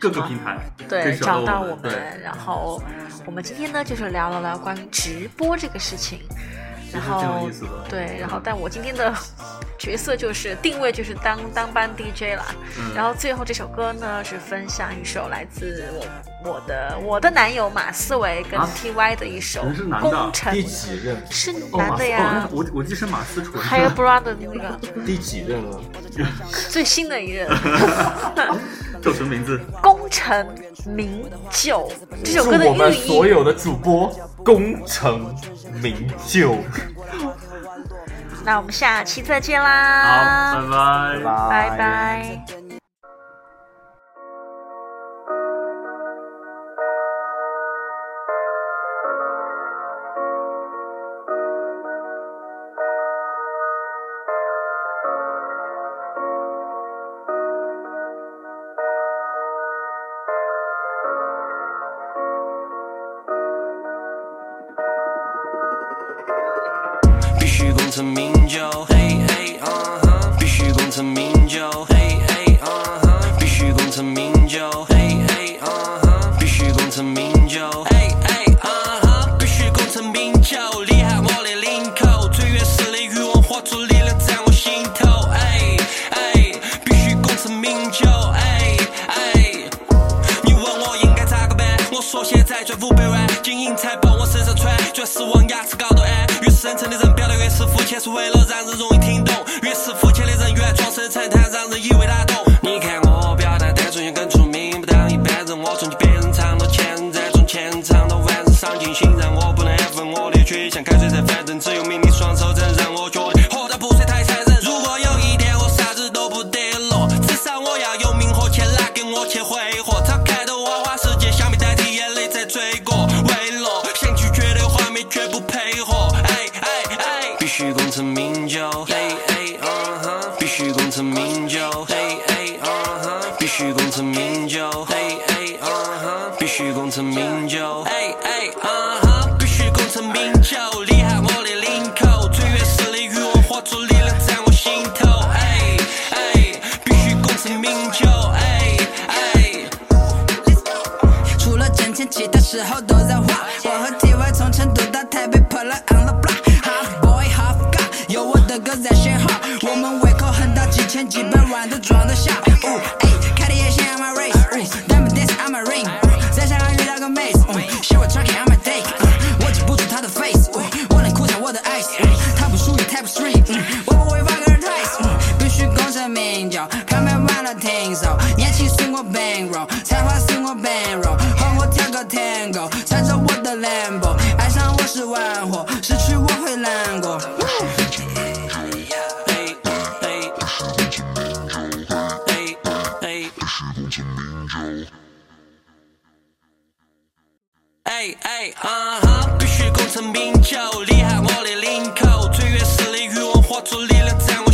D: 各个平台可
F: 对
D: 以
F: 找到
D: 我
F: 我
D: 对，
F: 们。然后我们今天呢，就是聊了聊关于直播这个事情。然
D: 实挺有
F: 后
D: 意思的
F: 对，然后但我今天的角色就是定位就是当当班 DJ 啦。
D: 嗯
F: 然后最后这首歌呢是分享一首来自我我的我的男友马思唯跟
D: 啊
F: TY 的一首
D: 人是
F: 《
D: 男的啊
F: 功臣
A: 第》，几任？
F: 是
D: 哦，马
F: 男
D: 思
F: 的
D: 哦
F: 呀，
D: 那，我我记得是马思纯。
F: (laughs) 还有 Brother 的那个
A: 第几任了？
F: 最新的一任
D: 叫什么名字？
F: 《功臣名就》这首
A: 祝
F: 歌的
A: 我们
F: 寓
A: 所
F: 意。
A: 有的主播功成名就，
F: 那我们下期再见啦！
D: 好，拜
A: 拜
D: 拜。
F: 拜拜。
G: 必须功成名就，嘿嘿啊哈！必须功成名就，嘿嘿啊哈！必须功成名就，嘿嘿啊哈！必须功成名就，嘿嘿啊哈！必须功成名就，厉害我的领口，最原始的欲望化作力量在我心头，哎哎，必须功成名就，哎哎。你问我应该咋个办？我说现在赚五百万，金银财宝往身上穿，钻石往牙齿高头安。越是深沉的人表达越是肤浅，是为了让人容易听懂；越是肤浅的人越爱装深沉，他让人以为他懂。你看我表达单纯也更出名，不当一般人，我从别人尝到前人栽种前人尝到万人赏尽欣然，我不能安分我的倔强，开水在反正只有名利双收，真让我觉得活得不算太残忍。如果有一天我啥子都不得了，至少我要有名和钱拿给我去挥霍。敞开的花花世界，像没代替眼泪在追过。为了想拒绝的画面绝不配合，哎哎哎，必须功成名就，嘿嘿，嗯哼，必须功成名就，嘿嘿。须功成名就。哎哎啊哈，必须功成名就，厉害我的领口，最原始的欲望化作力量在我心头。哎哎，必须功成名就。哎哎。
I: 除了挣钱，其他时候都在花。我和 TY 从成都到台北跑了 on the block，half boy half guy，有我的歌在身后，我们胃口很大，几千几百万都装得下。哦，哎，开的夜线 I'm a race，哦，Diamond dance I'm a ring，在香港遇到个妹子，哦，She was talking I'm a date，嗯我记不住她的 face，哦我能哭在我的 eyes，嗯她不属于 Type Three，嗯我不会 vulgarize，嗯必须功成名就，看没完了听手，年轻是我 bankroll，才华是我 bankroll，和我跳个 tango，踩着我的 Lambo，爱上我是玩火，失去我会难过。
G: 哎哎啊哈！必须功成名就，厉害我的领口，最原始的欲望化作力量在我